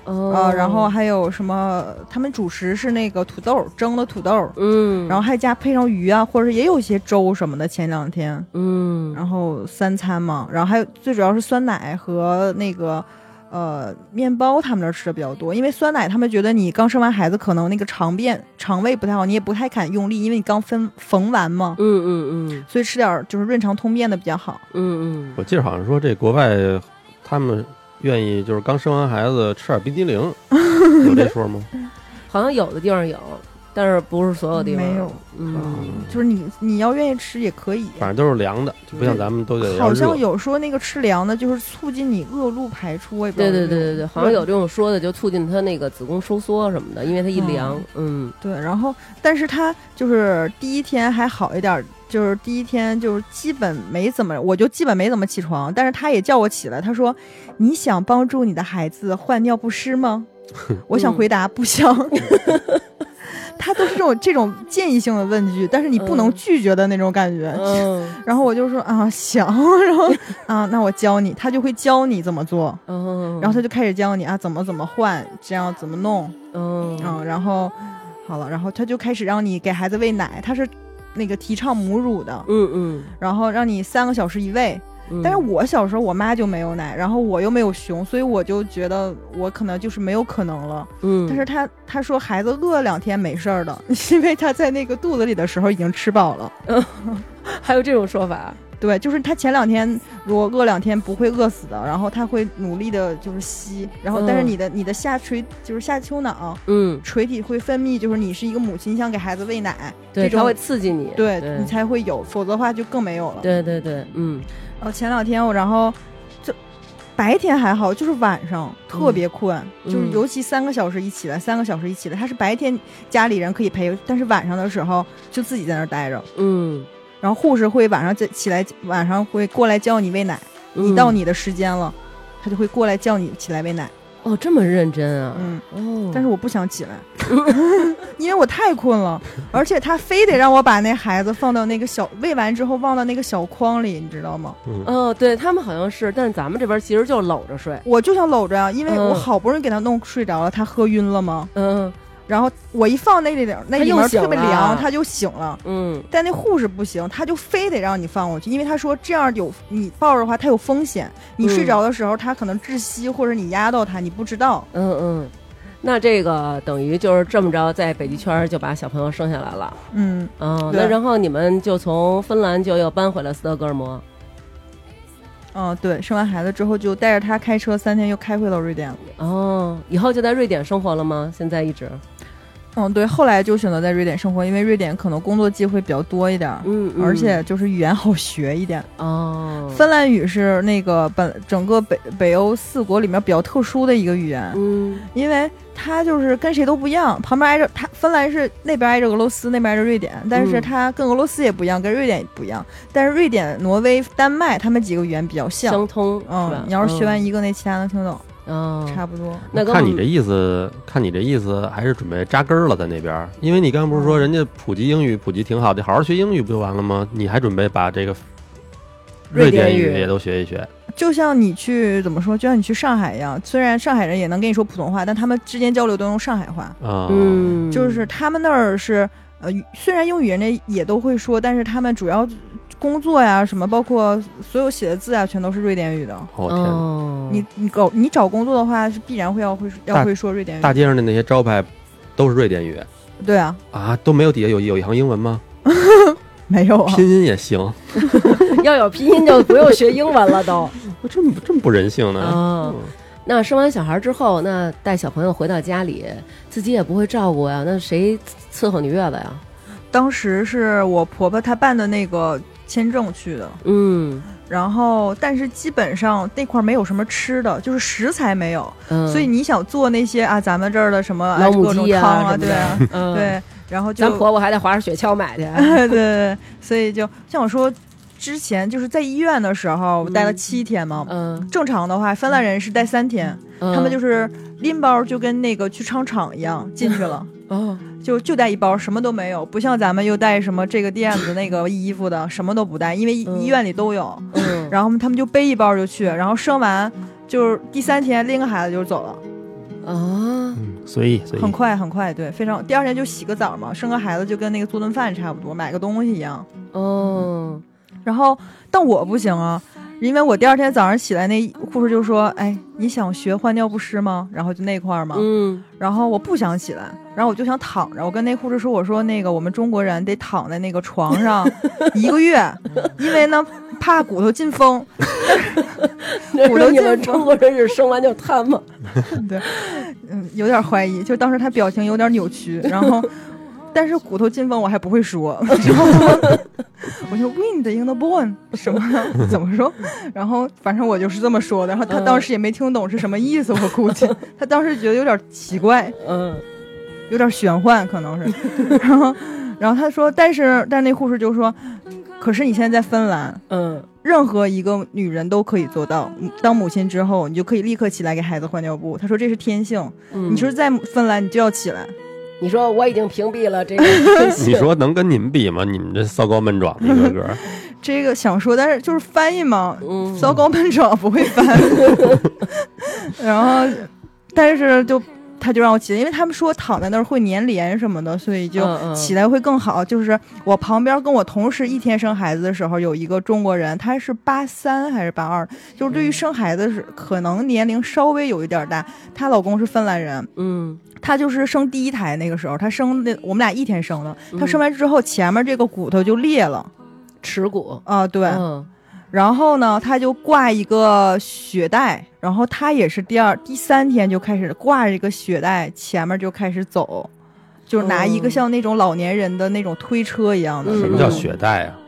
Speaker 3: 哦
Speaker 1: 啊、呃然后还有什么？他们主食是那个土豆蒸的土豆，
Speaker 3: 嗯，
Speaker 1: 然后还加配上鱼啊，或者是也有一些粥什么的。前两天，
Speaker 3: 嗯，
Speaker 1: 然后三餐嘛，然后还有最主要是酸奶和那个。呃，面包他们那儿吃的比较多，因为酸奶他们觉得你刚生完孩子，可能那个肠便肠胃不太好，你也不太敢用力，因为你刚分缝完嘛。
Speaker 3: 嗯嗯
Speaker 1: 所以吃点儿就是润肠通便的比较好。
Speaker 3: 嗯嗯嗯，
Speaker 2: 我记得好像说这国外他们愿意就是刚生完孩子吃点冰激凌，有这说吗？
Speaker 3: 好像有的地方有，但是不是所有地方
Speaker 1: 没有，
Speaker 3: 嗯
Speaker 1: 就是你你要愿意吃也可以，
Speaker 2: 反正都是凉的，就不像咱们都得要
Speaker 1: 好
Speaker 2: 热
Speaker 1: 像。有说那个吃凉的，就是促进你恶露排出。我也不知道嗯有没
Speaker 3: 对对对
Speaker 1: 有
Speaker 3: 对对，好像有这种说的，就促进他那个子宫收缩什么的，因为他一凉，嗯
Speaker 1: 对。然后，但是他就是第一天还好一点儿，就是第一天就是基本没怎么，我就基本没怎么起床，但是他也叫我起来，他说：“你想帮助你的孩子换尿不湿 吗？”我想回答不想。
Speaker 3: 嗯
Speaker 1: 他都是这种这种建议性的问句，但是你不能
Speaker 3: 嗯
Speaker 1: 拒绝的那种感觉。
Speaker 3: 嗯
Speaker 1: 然后我就说啊行，然后啊那我教你，他就会教你怎么做，
Speaker 3: 嗯，
Speaker 1: 然后他就开始教你啊怎么怎么换，这样怎么弄，
Speaker 3: 嗯
Speaker 1: 嗯，然后好了，然后他就开始让你给孩子喂奶，他是那个提倡母乳的，
Speaker 3: 嗯
Speaker 1: 然后让你三个小时一喂。
Speaker 3: 嗯，
Speaker 1: 但是我小时候我妈就没有奶，然后我又没有熊，所以我就觉得我可能就是没有可能了。
Speaker 3: 嗯，
Speaker 1: 但是他他说孩子饿两天没事儿的， 因为他在那个肚子里的时候已经吃饱了。
Speaker 3: 还有这种说法，
Speaker 1: 对，就是他前两天如果饿两天不会饿死的，然后他会努力的就是吸，然后但是
Speaker 3: 嗯
Speaker 1: 你的、你的下垂就是下丘脑
Speaker 3: 嗯，
Speaker 1: 垂体会分泌，就是你是一个母亲，你想给孩子喂奶，
Speaker 3: 对，
Speaker 1: 这种
Speaker 3: 他会刺激你，
Speaker 1: 对
Speaker 3: 对
Speaker 1: 你才会有，否则的话就更没有了。，
Speaker 3: 对对对，嗯
Speaker 1: 哦，前两天我然后就白天还好，就是晚上特别困，
Speaker 3: 嗯
Speaker 1: 就是尤其三个小时一起来，三个小时一起来，他是白天家里人可以陪，但是晚上的时候就自己在那儿待着，
Speaker 3: 嗯，
Speaker 1: 然后护士会晚上再起来，晚上会过来教你喂奶。
Speaker 3: 嗯
Speaker 1: 你到你的时间了，他就会过来叫你起来喂奶。
Speaker 3: 哦这么认真啊，
Speaker 1: 嗯，
Speaker 3: 哦，
Speaker 1: 但是我不想起 来，因为我太困了，而且他非得让我把那孩子放到那个小喂完之后放到那个小筐里，你知道吗？
Speaker 2: 嗯，
Speaker 3: 哦，对他们好像是，但是咱们这边其实就搂着睡，
Speaker 1: 我就想搂着啊，因为
Speaker 3: 嗯
Speaker 1: 我好不容易给他弄睡着了，他喝晕了吗？
Speaker 3: 嗯
Speaker 1: 然后我一放那里点儿，那
Speaker 3: 他
Speaker 1: 里
Speaker 3: 又
Speaker 1: 面
Speaker 3: 醒
Speaker 1: 特别
Speaker 3: 了
Speaker 1: 凉，他就醒了。
Speaker 3: 嗯
Speaker 1: 但那护士不行，他就非得让你放过去，因为他说这样有你抱着的话，他有风险。你睡
Speaker 3: 嗯
Speaker 1: 着的时候，他可能窒息，或者你压到他，你不知道。
Speaker 3: 嗯嗯，那这个等于就是这么着，在北极圈儿就把小朋友生下来了。
Speaker 1: 嗯，
Speaker 3: 哦，
Speaker 1: 对
Speaker 3: 那然后你们就从芬兰就又搬回了斯德哥尔摩。
Speaker 1: 嗯，对，生完孩子之后就带着他开车三天，又开回到瑞典了。
Speaker 3: 哦，以后就在瑞典生活了吗？现在一直，
Speaker 1: 嗯，对，后来就选择在瑞典生活，因为瑞典可能工作机会比较多一点儿，
Speaker 3: 嗯，嗯
Speaker 1: 而且就是语言好学一点。
Speaker 3: 哦，
Speaker 1: 芬兰语是那个本整个北北欧四国里面比较特殊的一个语言，
Speaker 3: 嗯
Speaker 1: 因为它就是跟谁都不一样，旁边挨着它，芬兰是那边挨着俄罗斯，那边挨着瑞典，但是
Speaker 3: 嗯
Speaker 1: 它跟俄罗斯也不一样，跟瑞典也不一样。但是瑞典、挪威、丹麦他们几个语言比较像，嗯
Speaker 3: 相通是吧
Speaker 1: 嗯，？你要是学完一个，那其他能听懂。
Speaker 3: 嗯，
Speaker 1: 差不多。
Speaker 3: 那跟我
Speaker 2: 看
Speaker 3: 们
Speaker 2: 你这意思，看你这意思，还是准备扎根儿了在那边儿。因为你刚刚不是说人家普及英语普及挺好的，好好学英语不就完了吗？你还准备把这个
Speaker 3: 瑞
Speaker 2: 瑞
Speaker 3: 典
Speaker 2: 典
Speaker 3: 语
Speaker 2: 语也都学一学？
Speaker 1: 就像你去怎么说，就像你去上海一样，虽然上海人也能跟你说普通话，但他们之间交流都用上海话，
Speaker 2: 啊、，
Speaker 3: 嗯，
Speaker 1: 就是他们那儿是呃，虽然英语人家也都会说，但是他们主要工作呀什么，包括所有写的字啊，全都是瑞典语的。
Speaker 2: 我、天哪，
Speaker 3: 哦，
Speaker 1: 你你搞你找工作的话，是必然会要会要
Speaker 2: 大
Speaker 1: 会说瑞典语。
Speaker 2: 大街上的那些招牌都是瑞典语
Speaker 1: 对啊，
Speaker 2: 啊，都没有底下有有一行英文吗？
Speaker 1: 没有啊，
Speaker 2: 拼音也行，
Speaker 3: 要有拼音就不用学英文了都。
Speaker 2: 我这么这么不人性呢？
Speaker 3: 哦
Speaker 2: 嗯
Speaker 3: 那生完小孩之后，那带小朋友回到家里，自己也不会照顾呀，那谁伺候你月子呀？
Speaker 1: 当时是我婆婆她办的那个签证去的，
Speaker 3: 嗯
Speaker 1: 然后但是基本上那块儿没有什么吃的，就是食材没有，
Speaker 3: 嗯，
Speaker 1: 所以你想做那些啊，咱们这儿的什么、啊、
Speaker 3: 老母
Speaker 1: 各种
Speaker 3: 鸡呀
Speaker 1: 汤啊，
Speaker 3: 什么的
Speaker 1: 对啊，
Speaker 3: 嗯，
Speaker 1: 对，然后就
Speaker 3: 咱婆婆还得划着雪橇买去。
Speaker 1: 对对对，所以就像我说，之前就是在医院的时候，我待了
Speaker 3: 嗯
Speaker 1: 七天嘛。
Speaker 3: 嗯，
Speaker 1: 正常的话，芬兰人是待三天，他们就是是拎包就跟那个去商场一样进去了，
Speaker 3: 哦，
Speaker 1: 就就带一包，什么都没有，不像咱们又带什么这个垫子那个衣服的，什么都不带，因为医
Speaker 3: 嗯
Speaker 1: 医院里都有。
Speaker 3: 嗯，
Speaker 1: 然后他们就背一包就去，然后生完就是第三天拎个孩子就走了，
Speaker 3: 啊，
Speaker 2: 嗯，随意随意
Speaker 1: 很，快很快，对，非常。第二天就洗个澡嘛，生个孩子就跟那个做顿饭差不多，买个东西一样。
Speaker 3: 哦，
Speaker 1: 然后，但我不行啊，因为我第二天早上起来，那护士就说：“哎，你想学换尿不湿吗？”然后就那块儿嘛，
Speaker 3: 嗯，
Speaker 1: 然后我不想起来，然后我就想躺着。我跟那护士说：“我说那个我们中国人得躺在那个床上一个月，因为呢怕骨头进风。
Speaker 3: 我
Speaker 1: 我
Speaker 3: 说
Speaker 1: 都
Speaker 3: 你
Speaker 1: 见
Speaker 3: 们
Speaker 1: 过
Speaker 3: 中国人是生完就瘫吗？”
Speaker 1: 嗯，有点怀疑，就当时他表情有点扭曲，然后。但是骨头进风我还不会说，然后我就 wind in the bone 什么怎么说，然后反正我就是这么说的，然后他
Speaker 3: 嗯
Speaker 1: 当时也没听懂是什么意思，我估计他当时觉得有点奇怪，
Speaker 3: 嗯，
Speaker 1: 有点玄幻可能是，然后然后他说，但是但是那护士就说，可是你现在在芬兰，
Speaker 3: 嗯，
Speaker 1: 任何一个女人都可以做到，当母亲之后你就可以立刻起来给孩子换尿布，他说这是天性，
Speaker 3: 嗯
Speaker 1: 你说在芬兰你就要起来。
Speaker 3: 你说我已经屏蔽了 这个
Speaker 2: 你说能跟你们比吗？你们这骚高闷壮的，一个个儿。
Speaker 1: 这个想说，但是就是翻译嘛，
Speaker 3: 嗯
Speaker 1: 糟糕班长不会翻。 然后，但是就他就让我起来，因为他们说躺在那儿会粘连什么的，所以就
Speaker 3: 嗯嗯
Speaker 1: 起来会更好。就是我旁边跟我同时一天生孩子的时候，有一个中国人，他是八三还是八二，就是
Speaker 3: 嗯
Speaker 1: 对于生孩子是可能年龄稍微有一点大。她老公是芬兰人，
Speaker 3: 嗯
Speaker 1: 她就是生第一胎那个时候，她生那我们俩一天生的，她
Speaker 3: 嗯
Speaker 1: 生完之后前面这个骨头就裂了
Speaker 3: 耻骨，
Speaker 1: 啊、对。
Speaker 3: 嗯
Speaker 1: 然后呢，他就挂一个血带，然后他也是第二、第三天就开始挂一个血带，前面就开始走，就是拿一个
Speaker 3: 嗯
Speaker 1: 像那种老年人的那种推车一样的。
Speaker 3: 嗯
Speaker 2: 什么叫血带啊？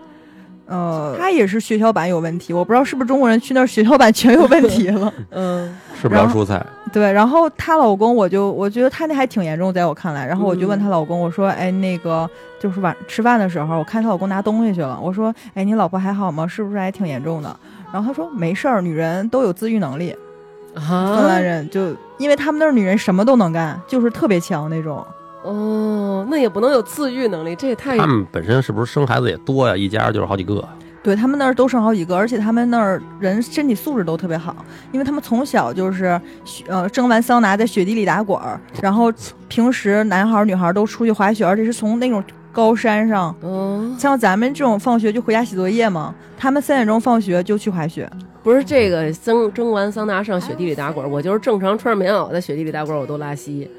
Speaker 1: 呃，他也是血小板有问题，我不知道是不是中国人去那儿血小板全有问题了。
Speaker 3: 嗯
Speaker 2: 吃不了蔬菜，
Speaker 1: 对，然后她老公，我就我觉得她那还挺严重，在我看来，然后我就问她老公，我说，哎，那个就是晚吃饭的时候，我看她老公拿东西去了，我说，哎，你老婆还好吗？是不是还挺严重的？然后她说没事儿，女人都有自愈能力。芬兰
Speaker 3: 啊，
Speaker 1: 人就因为他们那儿女人什么都能干，就是特别强那种。
Speaker 3: 哦，那也不能有自愈能力，这也太
Speaker 2: 他们本身是不是生孩子也多呀？一家就是好几个。
Speaker 1: 对他们那儿都生好几个，而且他们那儿人身体素质都特别好，因为他们从小就是雪呃蒸完桑拿在雪地里打滚儿，然后平时男孩儿女孩儿都出去滑雪，而且是从那种高山上。
Speaker 3: 嗯，
Speaker 1: 像咱们这种放学就回家写作业嘛，他们三点钟放学就去滑雪。
Speaker 3: 不是这个蒸蒸完桑拿上雪地里打滚儿，我就是正常穿着棉袄在雪地里打滚儿，我都拉稀。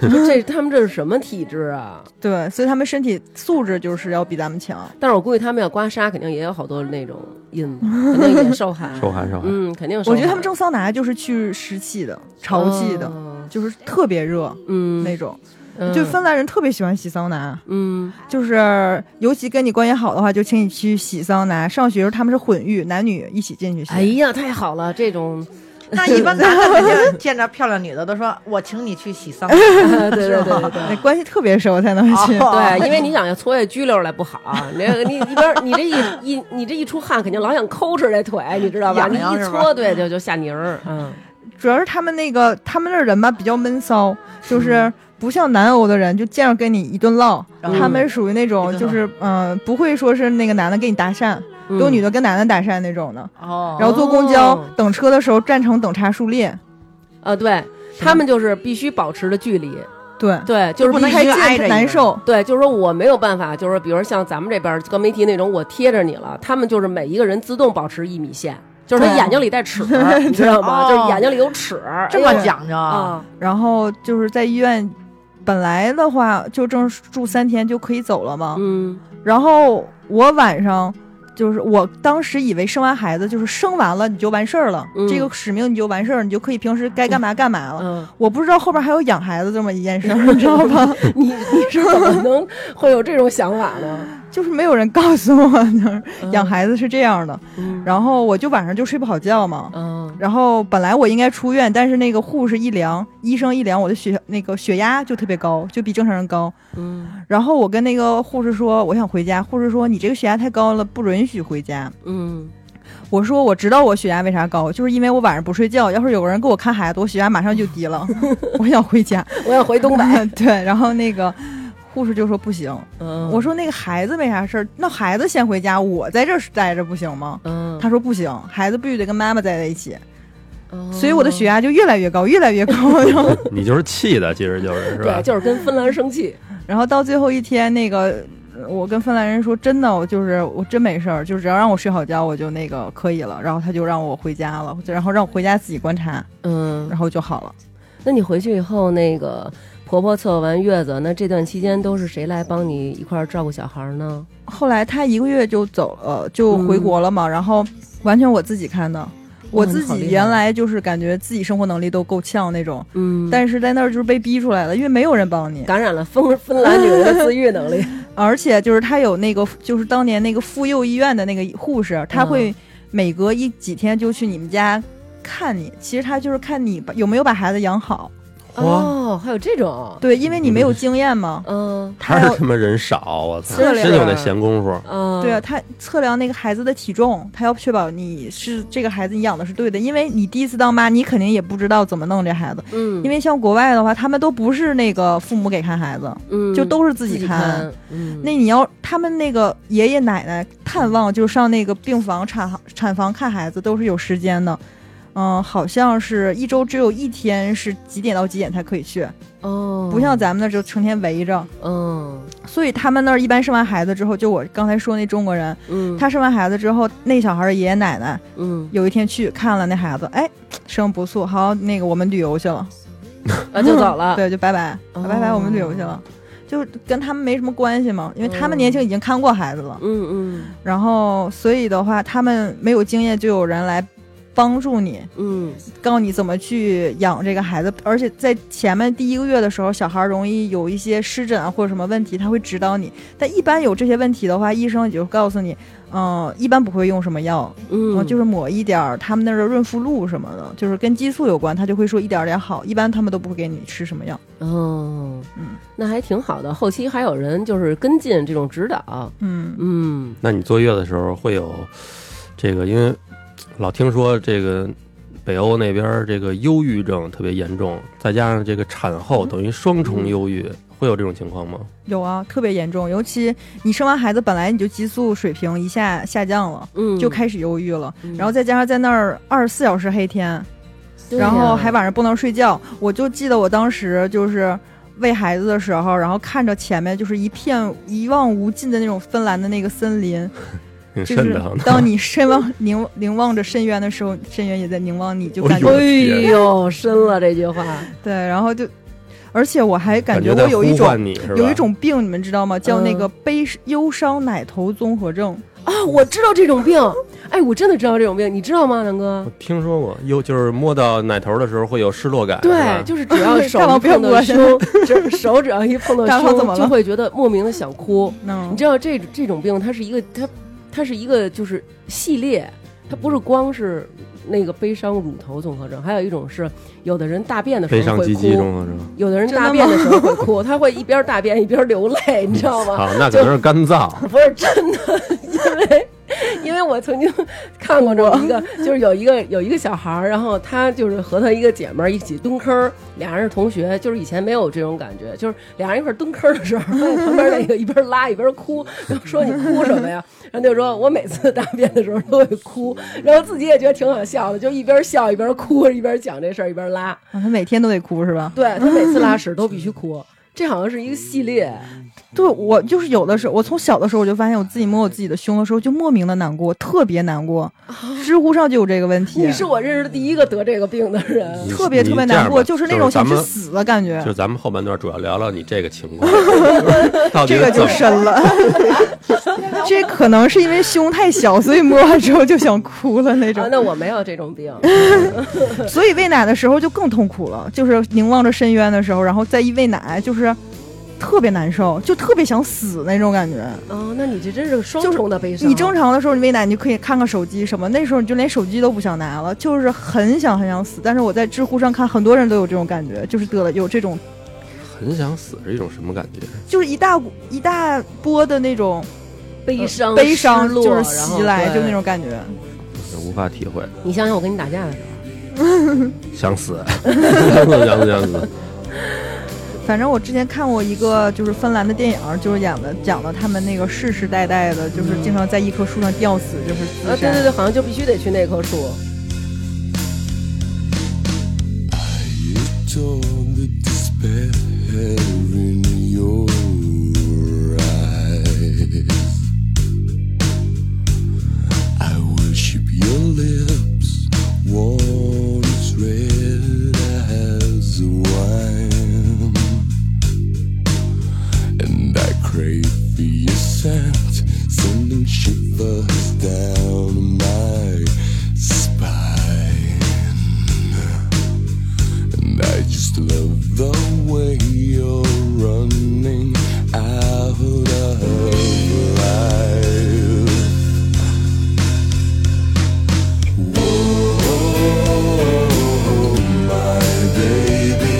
Speaker 3: 你说这他们这是什么体质啊？
Speaker 1: 对，所以他们身体素质就是要比咱们强。
Speaker 3: 但是我估计他们要刮痧，肯定也有好多那种印子，肯定也受寒。
Speaker 2: 受寒受寒
Speaker 3: 嗯，肯定受寒。
Speaker 1: 我觉得他们蒸桑拿就是去湿气的、潮气的，
Speaker 3: 哦
Speaker 1: 就是特别热
Speaker 3: 嗯，
Speaker 1: 那种。
Speaker 3: 嗯
Speaker 1: 就芬兰人特别喜欢洗桑拿，
Speaker 3: 嗯
Speaker 1: 就是尤其跟你关系好的话，就请你去洗桑拿。上学时候他们是混浴，男女一起进去洗。
Speaker 3: 哎呀，太好了，这种
Speaker 6: 那一般男的肯 定见着漂亮女的都说：“我请你去洗桑拿。
Speaker 3: 对对对对对。
Speaker 1: 那关系特别熟才能去。
Speaker 6: 哦
Speaker 3: 对，因为你想要搓下拘溜来不好，你这个你一边你这一一你这一出汗，肯定老想抠哧这腿，你知道吧？
Speaker 6: 痒
Speaker 3: 你
Speaker 6: 痒
Speaker 3: 一
Speaker 6: 是吧
Speaker 3: 搓，对，就就下泥儿，嗯
Speaker 1: 主要是他们那个他们那儿人吧比较闷骚，就是不像南欧的人，就见着跟你一顿唠。
Speaker 6: 嗯
Speaker 1: 他们属于那种就是嗯、呃不会说是那个男的跟你搭讪，都女
Speaker 3: 的，
Speaker 1: 的跟男的搭讪那种的。
Speaker 6: 嗯哦，
Speaker 1: 然后坐公交、
Speaker 3: 哦
Speaker 1: 等车的时候站成等差数列，
Speaker 3: 啊，对他们就是必须保持着距离，
Speaker 1: 对，
Speaker 3: 对，就是
Speaker 1: 不
Speaker 3: 必
Speaker 1: 能
Speaker 3: 须
Speaker 1: 太
Speaker 6: 一个挨着
Speaker 1: 近
Speaker 6: 一个
Speaker 1: 难受。
Speaker 3: 对，就是说我没有办法，就是说，比如像咱们这边高媒体那种，我贴着你了，他们就是每一个人自动保持一米线，就是他
Speaker 1: 对
Speaker 3: 眼睛里带齿儿，你知道吗？
Speaker 6: 哦
Speaker 3: 就是眼睛里有齿儿，
Speaker 6: 这
Speaker 3: 哎
Speaker 6: 么
Speaker 3: 呦
Speaker 6: 讲究
Speaker 3: 啊，
Speaker 1: 然后就是在医院，本来的话就正住三天就可以走了嘛。
Speaker 3: 嗯，
Speaker 1: 然后我晚上就是我当时以为生完孩子就是生完了你就完事儿了，
Speaker 3: 嗯
Speaker 1: 这个使命你就完事儿，你就可以平时该干嘛干嘛了。
Speaker 3: 嗯，
Speaker 1: 我不知道后边还有养孩子这么一 件事儿，你知道吧？
Speaker 3: 你你是怎么能会有这种想法呢？
Speaker 1: 就是没有人告诉我，就是
Speaker 3: 嗯
Speaker 1: 养，孩子是这样的。
Speaker 3: 嗯
Speaker 1: 然后我就晚上就睡不好觉嘛。
Speaker 3: 嗯
Speaker 1: 然后本来我应该出院，但是那个护士一量，医生一量，我的血那个血压就特别高，就比正常人高。
Speaker 3: 嗯
Speaker 1: 然后我跟那个护士说我想回家，护士说你这个血压太高了，不允许回家。
Speaker 3: 嗯
Speaker 1: 我说我知道我血压为啥高，就是因为我晚上不睡觉。要是有个人给我看孩子，我血压马上就低 了。我想回家，
Speaker 3: 我想回东北。
Speaker 1: 对，然后那个护士就说不行。
Speaker 3: 嗯，
Speaker 1: 我说那个孩子没啥事儿，那孩子先回家，我在这儿待着不行吗？
Speaker 3: 嗯，
Speaker 1: 他说不行，孩子必须得跟妈妈待在一起，
Speaker 3: 嗯
Speaker 1: 所以我的血压就越来越高，越来 越高。然后，
Speaker 2: 你就是气的，其实就是是吧
Speaker 3: 对，？就是跟芬兰生气。
Speaker 1: 然后到最后一天，那个呃我跟芬兰人说，真的，我就是我真没事儿，就只要让我睡好觉，我就那个可以了。然后他就让我回家了，然后让我回家自己观察，
Speaker 3: 嗯
Speaker 1: 然，后就好了。
Speaker 3: 那你回去以后，那个婆婆测完月子，那这段期间都是谁来帮你一块儿照顾小孩呢？
Speaker 1: 后来他一个月就走了，就回国了嘛，然后完全我自己看的。我自
Speaker 3: 嗯好厉
Speaker 1: 己
Speaker 3: 害
Speaker 1: 原来就是感觉自己生活能力都够呛那种，
Speaker 3: 嗯
Speaker 1: 但是在那儿就是被逼出来的，因为没有人帮你，
Speaker 3: 感染了芬芬兰女人的自愈能力。
Speaker 1: 而且就是他有那个就是当年那个妇幼医院的那个护士，
Speaker 3: 嗯
Speaker 1: 他会每隔一几天就去你们家看你，其实他就是看你把有没有把孩子养好，
Speaker 3: 哦，还有这种，
Speaker 1: 对，因为你没有经验嘛，
Speaker 3: 嗯
Speaker 1: 他
Speaker 2: 还是
Speaker 1: 要
Speaker 2: 他妈人少，我操，
Speaker 1: 真
Speaker 2: 真有那闲工夫。
Speaker 3: 嗯，
Speaker 1: 对啊，，他测量那个孩子的体重，他要确保你是这个孩子你养的是对的，因为你第一次当妈，你肯定也不知道怎么弄这孩子。
Speaker 3: 嗯，
Speaker 1: 因为像国外的话，他们都不是那个父母给看孩子，
Speaker 3: 嗯
Speaker 1: 就都是自
Speaker 3: 自
Speaker 1: 己看。
Speaker 3: 看，嗯，
Speaker 1: 那你要他们那个爷爷奶奶探望，就是上那个病房、产产房看孩子都是有时间的。嗯，好像是一周只有一天是几点到几点才可以去，
Speaker 3: 哦，
Speaker 1: 不像咱们那儿就成天围着。
Speaker 3: 嗯
Speaker 1: 所以他们那儿一般生完孩子之后，就我刚才说那中国人，
Speaker 3: 嗯，
Speaker 1: 他生完孩子之后，那小孩的爷爷奶奶
Speaker 3: 嗯
Speaker 1: 有一天去看了那孩子，哎，生不错，好，那个我们旅游去了，
Speaker 3: 啊就走了，
Speaker 1: 对，就拜拜，
Speaker 3: 哦
Speaker 1: 拜拜，我们旅游去了，就跟他们没什么关系嘛，因为他们
Speaker 3: 嗯
Speaker 1: 年轻已经看过孩子了，
Speaker 3: 嗯
Speaker 1: 然后所以的话，他们没有经验，就有人来帮助你，
Speaker 3: 嗯
Speaker 1: 告诉你怎么去养这个孩子，而且在前面第一个月的时候，小孩容易有一些湿疹啊或者什么问题，他会指导你，但一般有这些问题的话，医生也就告诉你，嗯、一般不会用什么药。
Speaker 3: 嗯嗯，
Speaker 1: 嗯，就是抹一点儿他们那儿的润肤露什么的，就是跟激素有关，他就会说一点儿点儿好，一般他们都不会给你吃什么药。
Speaker 3: 哦
Speaker 1: 嗯，
Speaker 3: 那还挺好的，后期还有人就是跟进这种指导，
Speaker 1: 嗯，
Speaker 3: 嗯
Speaker 2: 那你坐月的时候会有这个，因为老听说这个北欧那边儿这个忧郁症特别严重，再加上这个产后等于双重忧郁，会有这种情况吗？
Speaker 1: 有啊，特别严重，尤其你生完孩子本来你就激素水平一下下降了，
Speaker 3: 嗯，
Speaker 1: 就开始忧郁了，
Speaker 3: 嗯，
Speaker 1: 然后再加上在那儿二十四小时黑天，
Speaker 3: 对
Speaker 1: 然后
Speaker 3: 呀
Speaker 1: 还晚上不能睡觉，我就记得我当时就是。喂孩子的时候，然后看着前面就是一片一望无尽的那种芬兰的那个森林，
Speaker 2: 挺
Speaker 1: 就
Speaker 2: 瘆
Speaker 1: 是
Speaker 2: 得慌的。
Speaker 1: 当你深望凝凝望着深渊的时候，深渊也在凝望你，就
Speaker 2: 哎
Speaker 1: 感觉
Speaker 2: 我
Speaker 3: 哎
Speaker 2: 的天
Speaker 3: 呦，深了这 句话，
Speaker 1: 对，然后就，而且我还感觉
Speaker 2: 觉
Speaker 1: 我
Speaker 2: 在
Speaker 1: 有一
Speaker 2: 呼
Speaker 1: 种
Speaker 2: 唤你是吧？
Speaker 1: 有一种病，你们知道吗？叫那
Speaker 3: 嗯
Speaker 1: 个悲忧伤奶头综合症。
Speaker 3: 啊，我知道这种病，哎，我真的知道这种病，你知道吗，南哥
Speaker 2: 我？听说过，有就是摸到奶头的时候会有失落感，是吧
Speaker 3: 对，就 是只要手
Speaker 1: 干嘛
Speaker 3: 一
Speaker 1: 不要
Speaker 3: 碰到
Speaker 1: 恶心
Speaker 3: 胸，只手只要一碰到
Speaker 1: 大胖怎么
Speaker 3: 胸，
Speaker 1: 了
Speaker 3: 就会觉得莫名的想哭。你
Speaker 1: 嗯
Speaker 3: 知道这这种病，它是一个它它是一个就是系列，它不是光是那个悲伤乳头综合症，还有一种是有的人大便的
Speaker 2: 悲
Speaker 3: 时候
Speaker 2: 伤
Speaker 3: 会
Speaker 2: 唧唧
Speaker 3: 哭，
Speaker 2: 中了是吧？
Speaker 3: 有的人
Speaker 1: 真的
Speaker 3: 大便的时候会哭，他会一边大便一边流泪，你知道吗？
Speaker 2: 好，那可能是干燥，
Speaker 3: 不是真的，因为因为我曾经看过这么一个，就是有一个有一个小孩儿，然后他就是和他一个姐们儿一起蹲坑儿，俩人是同学，就是以前没有这种感觉，就是俩人一块儿蹲坑儿的时候， 发现旁边那个一边拉一边哭，然后说你哭什么呀？然后就说我每次大便的时候都会哭，然后自己也觉得挺好笑的，就一边笑一边哭，一边讲这事儿一边拉。
Speaker 1: 啊他每天都得哭是吧？
Speaker 3: 对他每次拉屎都必须哭，这好像是一个系列。
Speaker 1: 对我就是有的时候，我从小的时候我就发现我自己摸我自己的胸的时候就莫名的难过，特别难过。知乎上就有这个问题，
Speaker 3: 你是我认识的第一个得这个病的人。
Speaker 2: 你
Speaker 1: 特别特别
Speaker 2: 你这样
Speaker 1: 难过，
Speaker 2: 吧
Speaker 1: 就
Speaker 2: 就是
Speaker 1: 那种
Speaker 2: 咱
Speaker 1: 想去
Speaker 2: 们
Speaker 1: 死的感觉
Speaker 2: 就。咱们后半段主要聊聊你这个情况，到底
Speaker 1: 这个就
Speaker 2: 怎么
Speaker 1: 深了，这可能是因为胸太小，所以摸完之后就想哭了那
Speaker 3: 啊
Speaker 1: 种，。
Speaker 3: 那我没有这 种病，
Speaker 1: 所以喂奶的时候就更痛苦了，就是凝望着深渊的时候，然后再一喂奶，就是特别难受，就特别想死那种感觉。
Speaker 3: 哦，那你这真是双重的悲伤。
Speaker 1: 你正常的时候，你喂奶你就可以看看手机什么，那时候你就连手机都不想拿了，就是很想很想死。但是我在知乎上看，很多人都有这种感觉，就是得了有这种，
Speaker 2: 很想死是一种什么感觉？
Speaker 1: 就是一大股一大波的那种
Speaker 3: 悲伤、
Speaker 1: 呃悲伤
Speaker 3: 失落
Speaker 1: 就是袭来，就那。
Speaker 3: 然后
Speaker 1: 种感觉。
Speaker 2: 无法体会，
Speaker 3: 对你想想，我跟你打架的时候，
Speaker 2: 想死，想死，想死，想死。
Speaker 1: 反正我之前看过一个就是芬兰的电影，就是演的讲的他们那个世世代代的，就是经常在一棵树上吊死，就是
Speaker 3: 啊，
Speaker 1: 自
Speaker 3: 对
Speaker 1: 杀。
Speaker 3: 对对，好像就必须得去那棵树。
Speaker 5: Torn the despair in your eyes. I worship your lips, warm as red as wine. And I crave for your scent, sending shivers down my spine. And I just love the way you're running out of life. Whoa, my baby,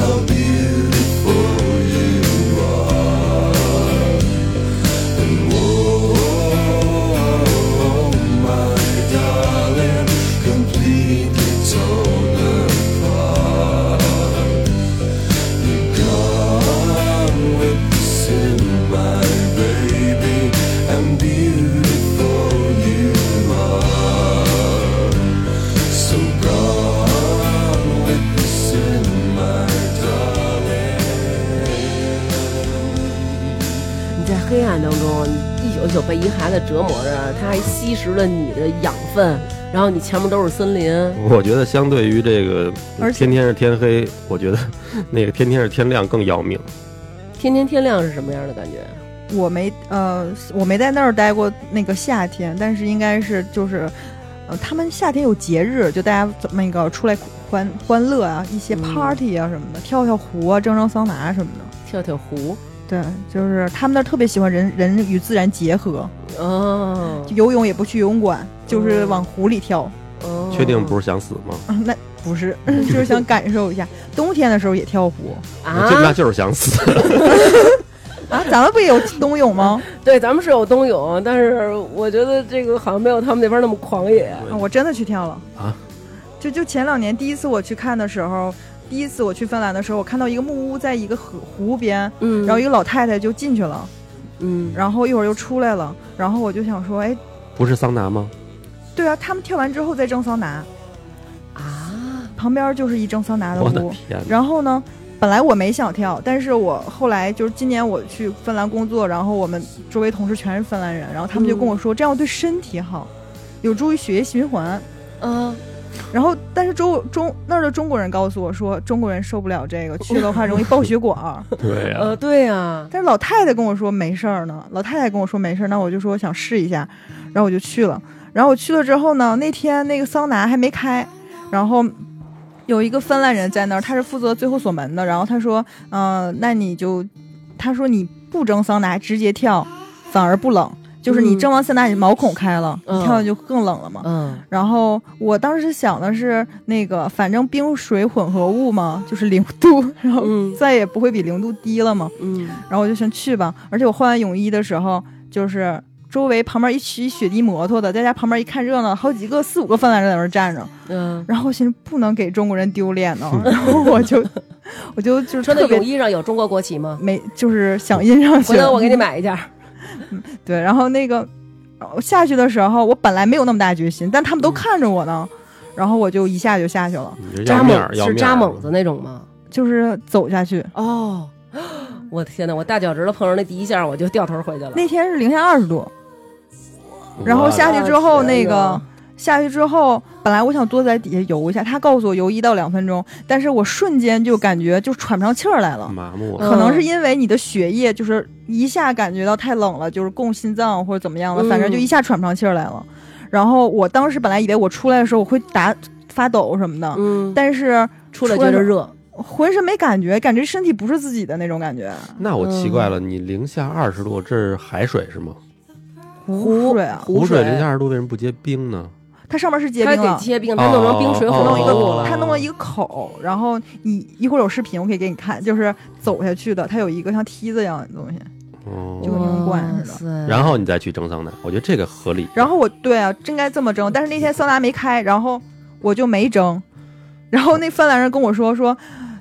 Speaker 5: how beautiful you are. And whoa, my darling, completely torn apart. Gone with the sin, my baby, and beautiful you are. So gone with the sin, my darling.
Speaker 3: 你在黑暗当中，你一宿一宿被一孩子折磨着，他还吸食了你的养分，然后你前面都是森林。
Speaker 2: 我觉得相对于这个
Speaker 1: 而且
Speaker 2: 天天是天黑，我觉得那个天天是天亮更要命。
Speaker 3: 天天天亮是什么样的感觉？
Speaker 1: 我没呃，我没在那儿待过那个夏天，但是应该是就是，呃，他们夏天有节日，就大家怎么那个出来欢欢乐啊，一些
Speaker 3: 嗯
Speaker 1: party 啊什么的，跳跳湖啊，蒸蒸桑拿什么的。
Speaker 3: 跳跳湖。
Speaker 1: 对，就是他们那儿特别喜欢人人与自然结合，
Speaker 3: 哦
Speaker 1: 就游泳也不去游泳馆，就是往湖里跳。
Speaker 3: 哦，
Speaker 2: 确定不是想死吗？
Speaker 1: 啊那不是， 就是想感受一下。冬天的时候也跳湖
Speaker 2: 我就那
Speaker 3: 啊？
Speaker 2: 就是想死。
Speaker 1: 啊，咱们不也有冬泳吗？
Speaker 3: 对，咱们是有冬泳，但是我觉得这个好像没有他们那边那么狂野。
Speaker 1: 啊，我真的去跳了
Speaker 2: 啊！
Speaker 1: 就就前两年第一次我去看的时候，第一次我去芬兰的时候，我看到一个木屋在一个河湖边，
Speaker 3: 嗯
Speaker 1: 然后一个老太太就进去了，
Speaker 3: 嗯，
Speaker 1: 然后一会儿又出来了，然后我就想说，哎，
Speaker 2: 不是桑拿吗？
Speaker 1: 对啊，他们跳完之后再蒸桑拿，
Speaker 3: 啊，
Speaker 1: 旁边就是一蒸桑拿的
Speaker 2: 我的
Speaker 1: 屋，
Speaker 2: 天哪！
Speaker 1: 然后呢，本来我没想跳，但是我后来就是今年我去芬兰工作，然后我们周围同事全是芬兰人，然后他们就
Speaker 3: 嗯
Speaker 1: 跟我说，这样对身体好，有助于血液循环。
Speaker 3: 嗯、
Speaker 1: 然后，但是中中那儿的中国人告诉我说，中国人受不了这个，去的话容易爆血管儿。
Speaker 2: 对呀、
Speaker 3: 呃，对呀、
Speaker 1: 但是老太太跟我说没事儿呢，老太太跟我说没事儿，那我就说我想试一下，然后我就去了。然后我去了之后呢，那天那个桑拿还没开，然后有一个芬兰人在那儿，他是负责最后锁门的。然后他说：“嗯、那你就，他说你不蒸桑拿直接跳，反而不冷，就是你
Speaker 3: 嗯
Speaker 1: 蒸完桑拿你毛孔开了，
Speaker 3: 嗯
Speaker 1: 你跳就更冷了嘛。
Speaker 3: 嗯，
Speaker 1: 然后我当时想的是，那个反正冰水混合物 嘛，就是零度，然后
Speaker 3: 嗯
Speaker 1: 再也不会比零度低了嘛。
Speaker 3: 嗯
Speaker 1: 然后我就先去吧。而且我换完泳衣的时候，就是周围旁边一起雪地摩托的，在家旁边一看热闹，好几个四五个芬兰人在那儿站着，
Speaker 3: 嗯，
Speaker 1: 然后我寻思不能给中国人丢脸 呢，然后我就我就就是
Speaker 3: 穿
Speaker 1: 特
Speaker 3: 的
Speaker 1: 别
Speaker 3: 泳衣上有中国国旗吗？
Speaker 1: 没就是想印上去，
Speaker 3: 回头我给你买一件儿。
Speaker 1: 对，然后那个呃下去的时候，我本来没有那么大决心，但他们
Speaker 3: 嗯
Speaker 1: 都看着我呢，然后我就一下就下去了，
Speaker 2: 你这要
Speaker 3: 扎
Speaker 2: 面儿
Speaker 3: 猛
Speaker 2: 要
Speaker 3: 是
Speaker 2: 面
Speaker 3: 扎
Speaker 2: 儿
Speaker 3: 猛子那种吗？
Speaker 1: 就是走下去。
Speaker 3: 哦，我的天哪！我大脚趾头碰上那第一下，我就掉头回去了。
Speaker 1: 那天是零下二十度，然后下去之后
Speaker 3: 我的
Speaker 1: 那
Speaker 3: 天
Speaker 1: 个
Speaker 3: 哪。
Speaker 1: 下去之后，本来我想多在底下游一下，他告诉我游一到两分钟，但是我瞬间就感觉就喘不上气儿来了，
Speaker 2: 麻木啊
Speaker 3: 嗯
Speaker 2: 了，
Speaker 1: 可能是因为你的血液就是一下感觉到太冷了，就是供心脏或者怎么样的，
Speaker 3: 嗯
Speaker 1: 反正就一下喘不上气儿来了。然后我当时本来以为我出来的时候我会打发抖什么的，
Speaker 3: 嗯，
Speaker 1: 但是
Speaker 3: 出来觉得热，
Speaker 1: 浑身没感觉，感觉身体不是自己的那种感觉。
Speaker 2: 那我奇怪了，你零下二十度，这是海水是吗？
Speaker 3: 哦
Speaker 1: 湖水啊，
Speaker 3: 湖
Speaker 2: 水
Speaker 3: 水
Speaker 2: 零下二十度为什么不结冰呢？
Speaker 1: 它上面是结
Speaker 3: 他
Speaker 1: 冰
Speaker 3: 给
Speaker 1: 了。
Speaker 3: 结冰，他弄成冰水火
Speaker 2: 哦
Speaker 1: 弄一
Speaker 3: 龙
Speaker 1: 个
Speaker 3: 果
Speaker 2: 哦
Speaker 3: 了。
Speaker 1: 它弄了一个口，然后你一会儿有视频，我可以给你看，就是走下去的，它有一个像梯子一样的东西。就
Speaker 2: 哦，
Speaker 1: 跟那种罐似的
Speaker 3: 的
Speaker 2: 然后你再去蒸桑拿，我觉得这个合理。
Speaker 1: 嗯然后我对啊，应该这么蒸，但是那天桑拿没开，然后我就没蒸。然后那芬兰人跟我说说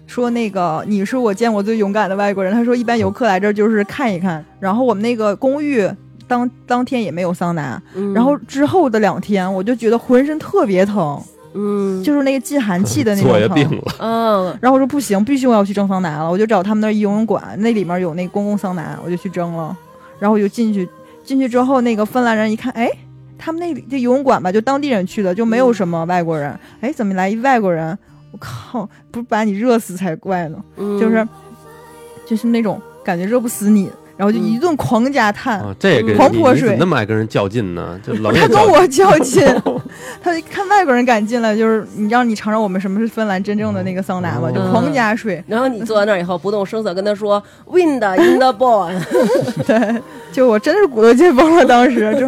Speaker 1: 说那个你是我见过最勇敢的外国人，他说一般游客来这儿就是看一看。然后我们那个公寓当当天也没有桑拿，
Speaker 2: 嗯
Speaker 1: 然后之后的两天我就觉得浑身特别疼，
Speaker 3: 嗯，
Speaker 1: 就是那个禁寒气的那种
Speaker 2: 坐也
Speaker 1: 疼。
Speaker 2: 病了，
Speaker 3: 嗯，
Speaker 1: 然后我说不行，必须我要去蒸桑拿了，我就找他们那儿一游泳馆，那里面有那公共桑拿，我就去蒸了。然后我就进去，进去之后，那个芬兰人一看，哎，他们那里这游泳馆吧，就当地人去的，就没有什么外国人。哎，怎么来一外国人？我靠，不把你热死才怪呢！
Speaker 3: 嗯
Speaker 1: 就是，就是那种感觉热不死你，然后就一顿狂加碳。
Speaker 2: 啊，这个
Speaker 1: 嗯狂
Speaker 2: 你
Speaker 1: 泼
Speaker 2: 你怎么
Speaker 1: 水
Speaker 2: 那么爱跟人较劲呢？这冷
Speaker 1: 他
Speaker 2: 也
Speaker 1: 跟
Speaker 2: 较劲。
Speaker 1: 我较劲， 他一看外国人敢进来，就是你让你尝尝我们什么是芬兰真正的那个桑拿嘛，就狂加水。
Speaker 3: 然后你坐在那儿以后不动声色跟他说 “wind in the ball”，
Speaker 1: 对，就我真是骨头界崩了，当时 就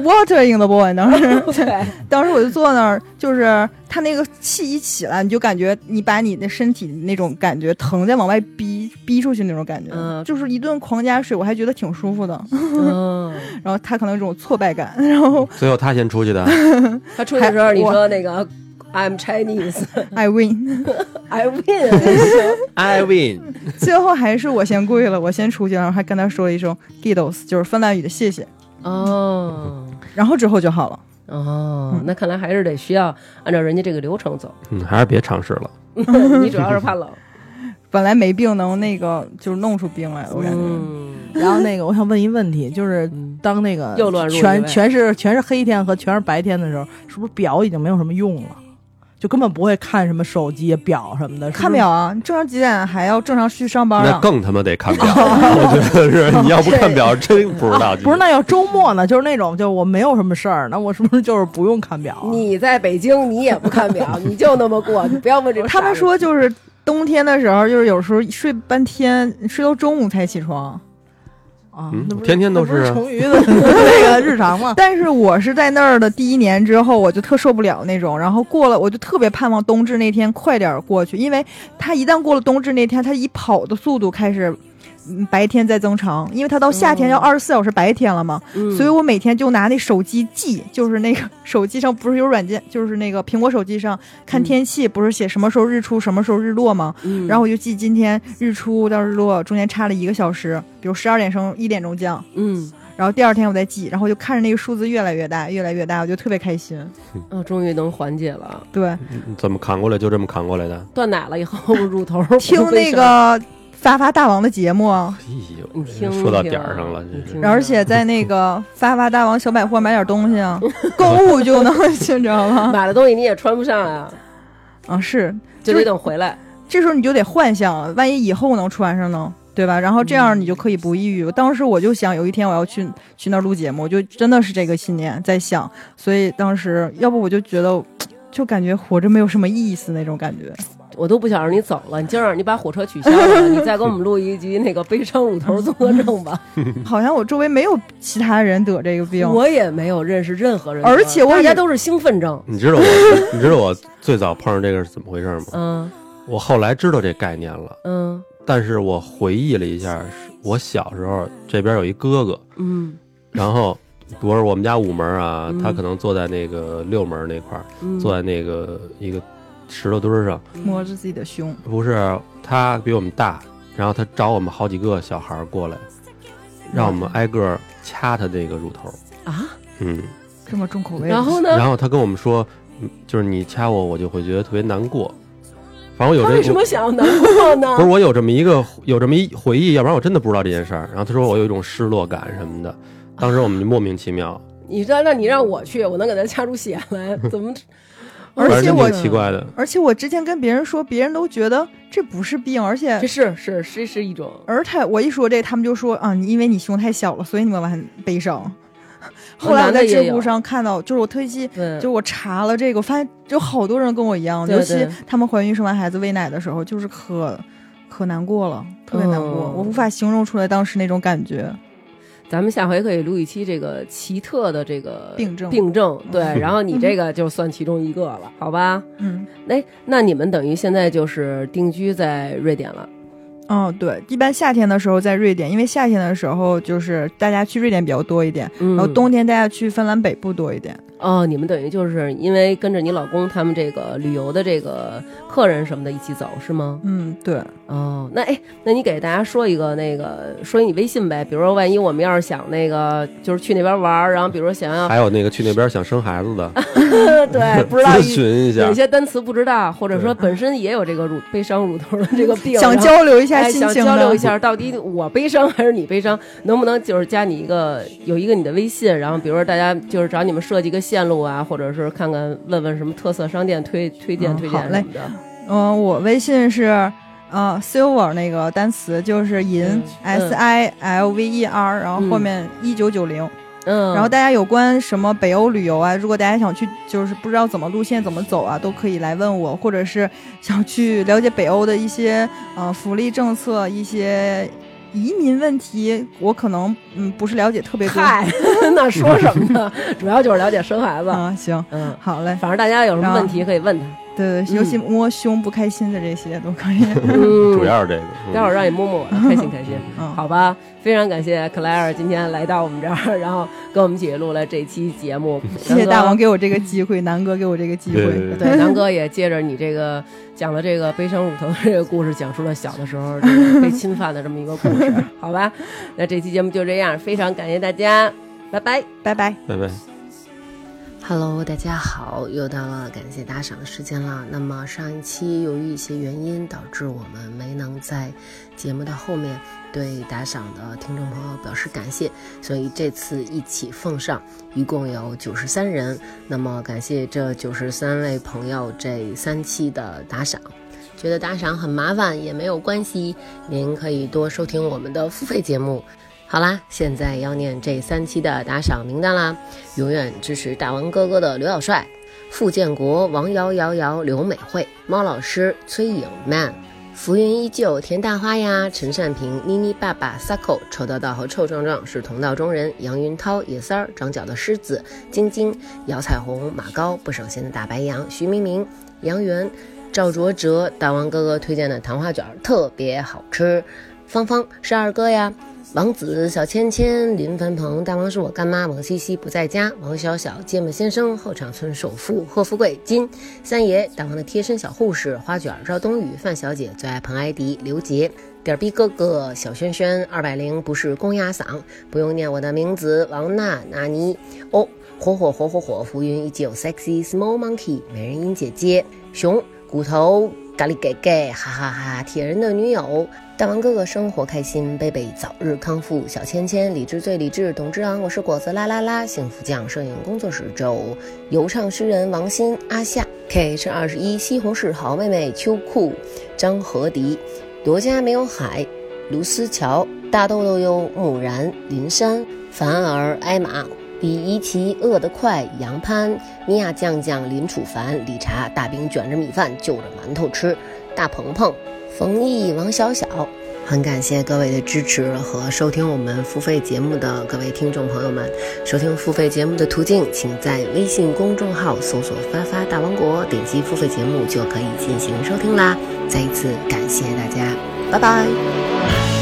Speaker 1: water in the boy，当时
Speaker 3: 对，
Speaker 1: 当时我就坐那儿，就是他那个气一起来，你就感觉你把你的身体那种感觉疼在往外逼逼出去那种感觉，
Speaker 3: 嗯
Speaker 1: 就是一顿狂加水，我还觉得挺舒服的。
Speaker 3: 嗯，
Speaker 1: 然后他可能有种挫败感，然后
Speaker 2: 最后他先出去 的，
Speaker 3: 他出去的时候
Speaker 1: 还
Speaker 3: 你
Speaker 1: 我
Speaker 3: 说那个 “I'm Chinese,
Speaker 1: I win，
Speaker 3: I win”，
Speaker 2: I win。
Speaker 1: 最后还是我先跪了，我先出去，然后还跟他说了一声 “gidos”，就是芬兰语的谢谢，
Speaker 3: 哦。
Speaker 1: 然后之后就好了。嗯
Speaker 3: 哦，那看来还是得需要按照人家这个流 程走。
Speaker 2: 嗯，还是别尝试了。
Speaker 3: 你主要是怕冷，
Speaker 1: 本来没病能那个就是弄出病来了，我感觉。
Speaker 3: 嗯，
Speaker 7: 然后那个，我想问一问题，就是
Speaker 3: 嗯
Speaker 7: 当那个
Speaker 3: 又乱入一
Speaker 7: 全
Speaker 3: 位
Speaker 7: 全是全是黑天和全是白天的时候，是不是表已经没有什么用了？就根本不会看什么手机、表什么的，是不是
Speaker 1: 看表啊，正常几点还要正常去上班
Speaker 2: 那
Speaker 1: 啊？
Speaker 2: 更他妈 得看表，我觉得是你要不看表，真不知道。
Speaker 7: 不是，那要周末呢？就是那种，就我没有什么事儿，那我是不是就是不用看表啊？
Speaker 3: 你在北京，你也不看表，你就那么过，你不要 问这。
Speaker 1: 他们，说就是冬天的时候，就是有时候睡半天，睡到中午才起床。
Speaker 7: 啊
Speaker 2: 嗯，
Speaker 7: 那不是
Speaker 2: 天天都
Speaker 7: 那不
Speaker 2: 是
Speaker 7: 是
Speaker 2: 啊
Speaker 7: 成语的 那个日常吗？
Speaker 1: 但是我是在那儿的第一年之后，我就特受不了那种，然后过了我就特别盼望冬至那天快点儿过去，因为他一旦过了冬至那天，他以跑的速度开始。嗯白天在增长，因为他到夏
Speaker 2: 嗯
Speaker 1: 天要二十四小时白天了嘛，
Speaker 3: 嗯
Speaker 1: 所以我每天就拿那手机记， 就是那 个手机上不是有软件，就是那个苹果手机上看
Speaker 3: 嗯
Speaker 1: 天气，不是写什么时候日出，什么时候日落吗？
Speaker 3: 嗯
Speaker 1: 然后我就记今天日出到日落中间差了一个小时，比如十二点升一点钟降，
Speaker 3: 嗯，
Speaker 1: 然后第二天我再记，然后我就看着那个数字越来越大，越来越大，我就特别开心。
Speaker 3: 啊，终于能缓解了。
Speaker 1: 对，
Speaker 2: 嗯怎么扛过来就这么扛过来的？
Speaker 3: 断奶了以后，乳头 儿
Speaker 1: 听那，个发发大王的节目，啊
Speaker 2: 哎呦，
Speaker 3: 你听
Speaker 2: 说到点儿上了，
Speaker 3: 你
Speaker 2: 这
Speaker 3: 听
Speaker 2: 是。
Speaker 1: 而且在那个发发大王小百货买点东西 啊，购物就能， 你知道吗？
Speaker 3: 买了东西你也穿不上 啊，
Speaker 1: 啊，是，
Speaker 3: 就得等回来。
Speaker 1: 这时候你就得幻想，万一以后能穿上呢，对吧？然后这
Speaker 3: 嗯
Speaker 1: 样你就可以不抑郁。当时我就想，有一天我要去去那儿录节目，我就真的是这个信念在想，所以当时要不我就觉得，就感觉活着没有什么意思那种感 觉。
Speaker 3: 我都不想让你走了，你今儿让你把火车取 消了，你再给我们录一集那个悲伤乳头综合症吧。
Speaker 1: 好像我周围没有其他人得这个病，
Speaker 3: 我也没有认识任何人，
Speaker 1: 而且我
Speaker 3: 大
Speaker 1: 也
Speaker 3: 家都是兴奋症。
Speaker 2: 你知道我， 你知道我最早碰上这个是怎么回事吗？
Speaker 3: 嗯
Speaker 2: 我后来知道这概念了，
Speaker 3: 嗯
Speaker 2: 但是我回忆了一下，是我小时候这边有一哥哥，
Speaker 3: 嗯
Speaker 2: 然后比如说我们家五门啊，
Speaker 3: 嗯
Speaker 2: 他可能坐在那个六门那块儿，
Speaker 3: 嗯
Speaker 2: 坐在那个一个石头墩儿上，
Speaker 1: 摸着自己的胸，
Speaker 2: 不是他比我们大，然后他找我们好几个小孩儿过来，让我们挨个儿掐他这个乳头，
Speaker 3: 啊，
Speaker 2: 嗯，
Speaker 1: 这么重口味。
Speaker 3: 然后呢？
Speaker 2: 然后他跟我们说，嗯就是你掐我，我就会觉得特别难过。反正我有这
Speaker 3: 为什么想要难过呢？
Speaker 2: 不是我有这么一个有这么一回忆，要不然我真的不知道这件事儿。然后他说我有一种失落感什么的，当时我们就莫名其妙，
Speaker 3: 你知道，那你让我去，我能给他掐出血来，怎么？
Speaker 1: 而
Speaker 2: 反
Speaker 1: 且
Speaker 2: 正
Speaker 1: 我
Speaker 2: 挺奇怪的。
Speaker 1: 而且我之前跟别人说，别人都觉得这不是病，而且
Speaker 3: 这是是是是一种，
Speaker 1: 而他我一说这，他们就说啊，你因为你胸太小了，所以你们很悲 伤。
Speaker 3: 哦
Speaker 1: 后来我
Speaker 3: 男的
Speaker 1: 在
Speaker 3: 也
Speaker 1: 知乎
Speaker 3: 有
Speaker 1: 上看到，就是我推荐，
Speaker 3: 对，
Speaker 1: 就我查了这个，我发现有好多人跟我一样，
Speaker 3: 对
Speaker 1: 尤其
Speaker 3: 对
Speaker 1: 他们怀孕生完孩子喂奶的时候，就是可可难过了，特别难过，
Speaker 3: 嗯
Speaker 1: 我无法形容出来当时那种感觉。
Speaker 3: 咱们下回可以录一期这个奇特的这个
Speaker 1: 病症
Speaker 3: 病症， 对，
Speaker 1: 嗯
Speaker 3: 然后你这个就算其中一个了，好吧？
Speaker 1: 嗯，
Speaker 3: 哎，那你们等于现在就是定居在瑞典了，
Speaker 1: 哦，对，一般夏天的时候在瑞典，因为夏天的时候就是大家去瑞典比较多一点，
Speaker 3: 嗯，
Speaker 1: 然后冬天大家去芬兰北部多一点。
Speaker 3: 哦，你们等于就是因为跟着你老公他们这个旅游的这个客人什么的一起走是吗？
Speaker 1: 嗯，对，
Speaker 3: 哦，那哎，那你给大家说一个那个说你微信呗，比如说万一我们要是想那个就是去那边玩儿，然后比如说想要
Speaker 2: 还有那个去那边想生孩子的，
Speaker 3: 对不知道
Speaker 2: 咨
Speaker 3: 一
Speaker 2: 询一下
Speaker 3: 有一，些单词不知道，或者说
Speaker 2: 对
Speaker 3: 本身也有这个乳悲伤乳头的这个病，
Speaker 1: 想
Speaker 3: 然后
Speaker 1: 交流一下
Speaker 3: 哎
Speaker 1: 心
Speaker 3: 想
Speaker 1: 情，
Speaker 3: 交流一。下，到底我悲伤还是你悲伤？能不能就是加你一个有一个你的微信，然后比如说大家就是找你们设计一个线路啊，或者是看看问问什么特色商店推推荐
Speaker 1: 嗯
Speaker 3: 推荐
Speaker 1: 好
Speaker 3: 什
Speaker 1: 嘞
Speaker 3: 么的。
Speaker 1: 嗯，我微信是呃 silver 那个单词就是银
Speaker 3: 嗯
Speaker 1: S I L V E R，然后后
Speaker 3: 嗯
Speaker 1: 面一九九零。
Speaker 3: 嗯，
Speaker 1: 然后大家有关什么北欧旅游啊，如果大家想去，就是不知道怎么路线怎么走啊，都可以来问我，或者是 想去了解北欧的一些呃福利政策、一些移民问题，我可能嗯不是了解特别多。
Speaker 3: 嗨， 那说什么呢？主要就是了解生孩子。
Speaker 1: 啊，行，
Speaker 3: 嗯，
Speaker 1: 好嘞，
Speaker 3: 反正大家有什么问题可以问他。
Speaker 1: 对对，尤其
Speaker 3: 嗯
Speaker 1: 摸胸不开心的这些都可以。
Speaker 3: 嗯
Speaker 2: 主要是这个。嗯
Speaker 3: 待会儿让你摸摸我的，开心开心。
Speaker 1: 嗯，
Speaker 3: 好吧，非常感谢克莱尔今天来到我们这儿，然后跟我们一起录了这期 节目。
Speaker 1: 谢谢
Speaker 3: 南哥
Speaker 1: 大王给我这个机会，南哥给我这个机
Speaker 2: 对对
Speaker 1: 会。
Speaker 3: 对，南哥也借着你这个讲了这个悲伤乳头的这个故事，讲述了小的时候这个被侵犯的这么一个故 事，好吧？那这期节目就这样，非常感谢大家，拜拜。
Speaker 1: 拜拜。
Speaker 2: 拜拜。
Speaker 8: Hello，大家好，又到了感谢打赏的时间了。那么上一期由于一些原因，导致我们没能在节目的后面对打赏的听众朋友表示感谢，所以这次一起奉上，一共有九十三人。那么感谢这九十三位朋友这三期的打赏。觉得打赏很麻烦也没有关系，您可以多收听我们的付费节目。好啦，现在要念这三期的打赏名单啦。永远支持大王哥哥的刘小帅、傅建国、王瑶瑶瑶、刘美惠、猫老师、崔颖曼、浮云依旧、田大花呀、陈善平、妮妮爸爸、Sako、臭道道和臭壮壮是同道中人，杨云涛、野三儿、长脚的狮子、晶晶、姚彩虹、马高、不省心的大白羊、徐明明、杨元、赵卓哲、大王哥哥推荐的糖花卷儿特别好吃，芳芳是二哥呀。王子、小芊芊、林凡鹏、大王是我干妈，王西西不在家，王小小、芥末先生、后场村首富贺富贵、金三爷、大王的贴身小护士、花卷、赵冬雨、范小姐、最爱彭艾迪、刘杰、点儿逼哥哥、小轩轩、二百零不是公鸭嗓，不用念我的名字，王娜、纳尼哦，火火火火火，浮云依旧，sexy small monkey，美人音姐姐，熊骨头。咖喱给给，哈哈哈！铁人的女友，大王哥哥生活开心，贝贝早日康复，小芊芊理智最理智，董之昂我是果子啦啦啦，幸福酱摄影工作室周，游唱诗人王鑫、阿夏、K H 二十一、西红柿好妹妹、秋裤、张和迪、罗家没有海、卢思乔、大豆豆哟、木然、林珊、凡儿、艾玛。李怡琪饿得快，杨潘、米娅酱酱、林楚凡、理查、大饼卷着米饭就着馒头吃，大鹏鹏、冯毅、王小小。很感谢各位的支持和收听我们付费节目的各位听众朋友们。收听付费节目的途径，请在微信公众号搜索“发发大王国”，点击付费节目就可以进行收听啦。再一次感谢大家，拜拜。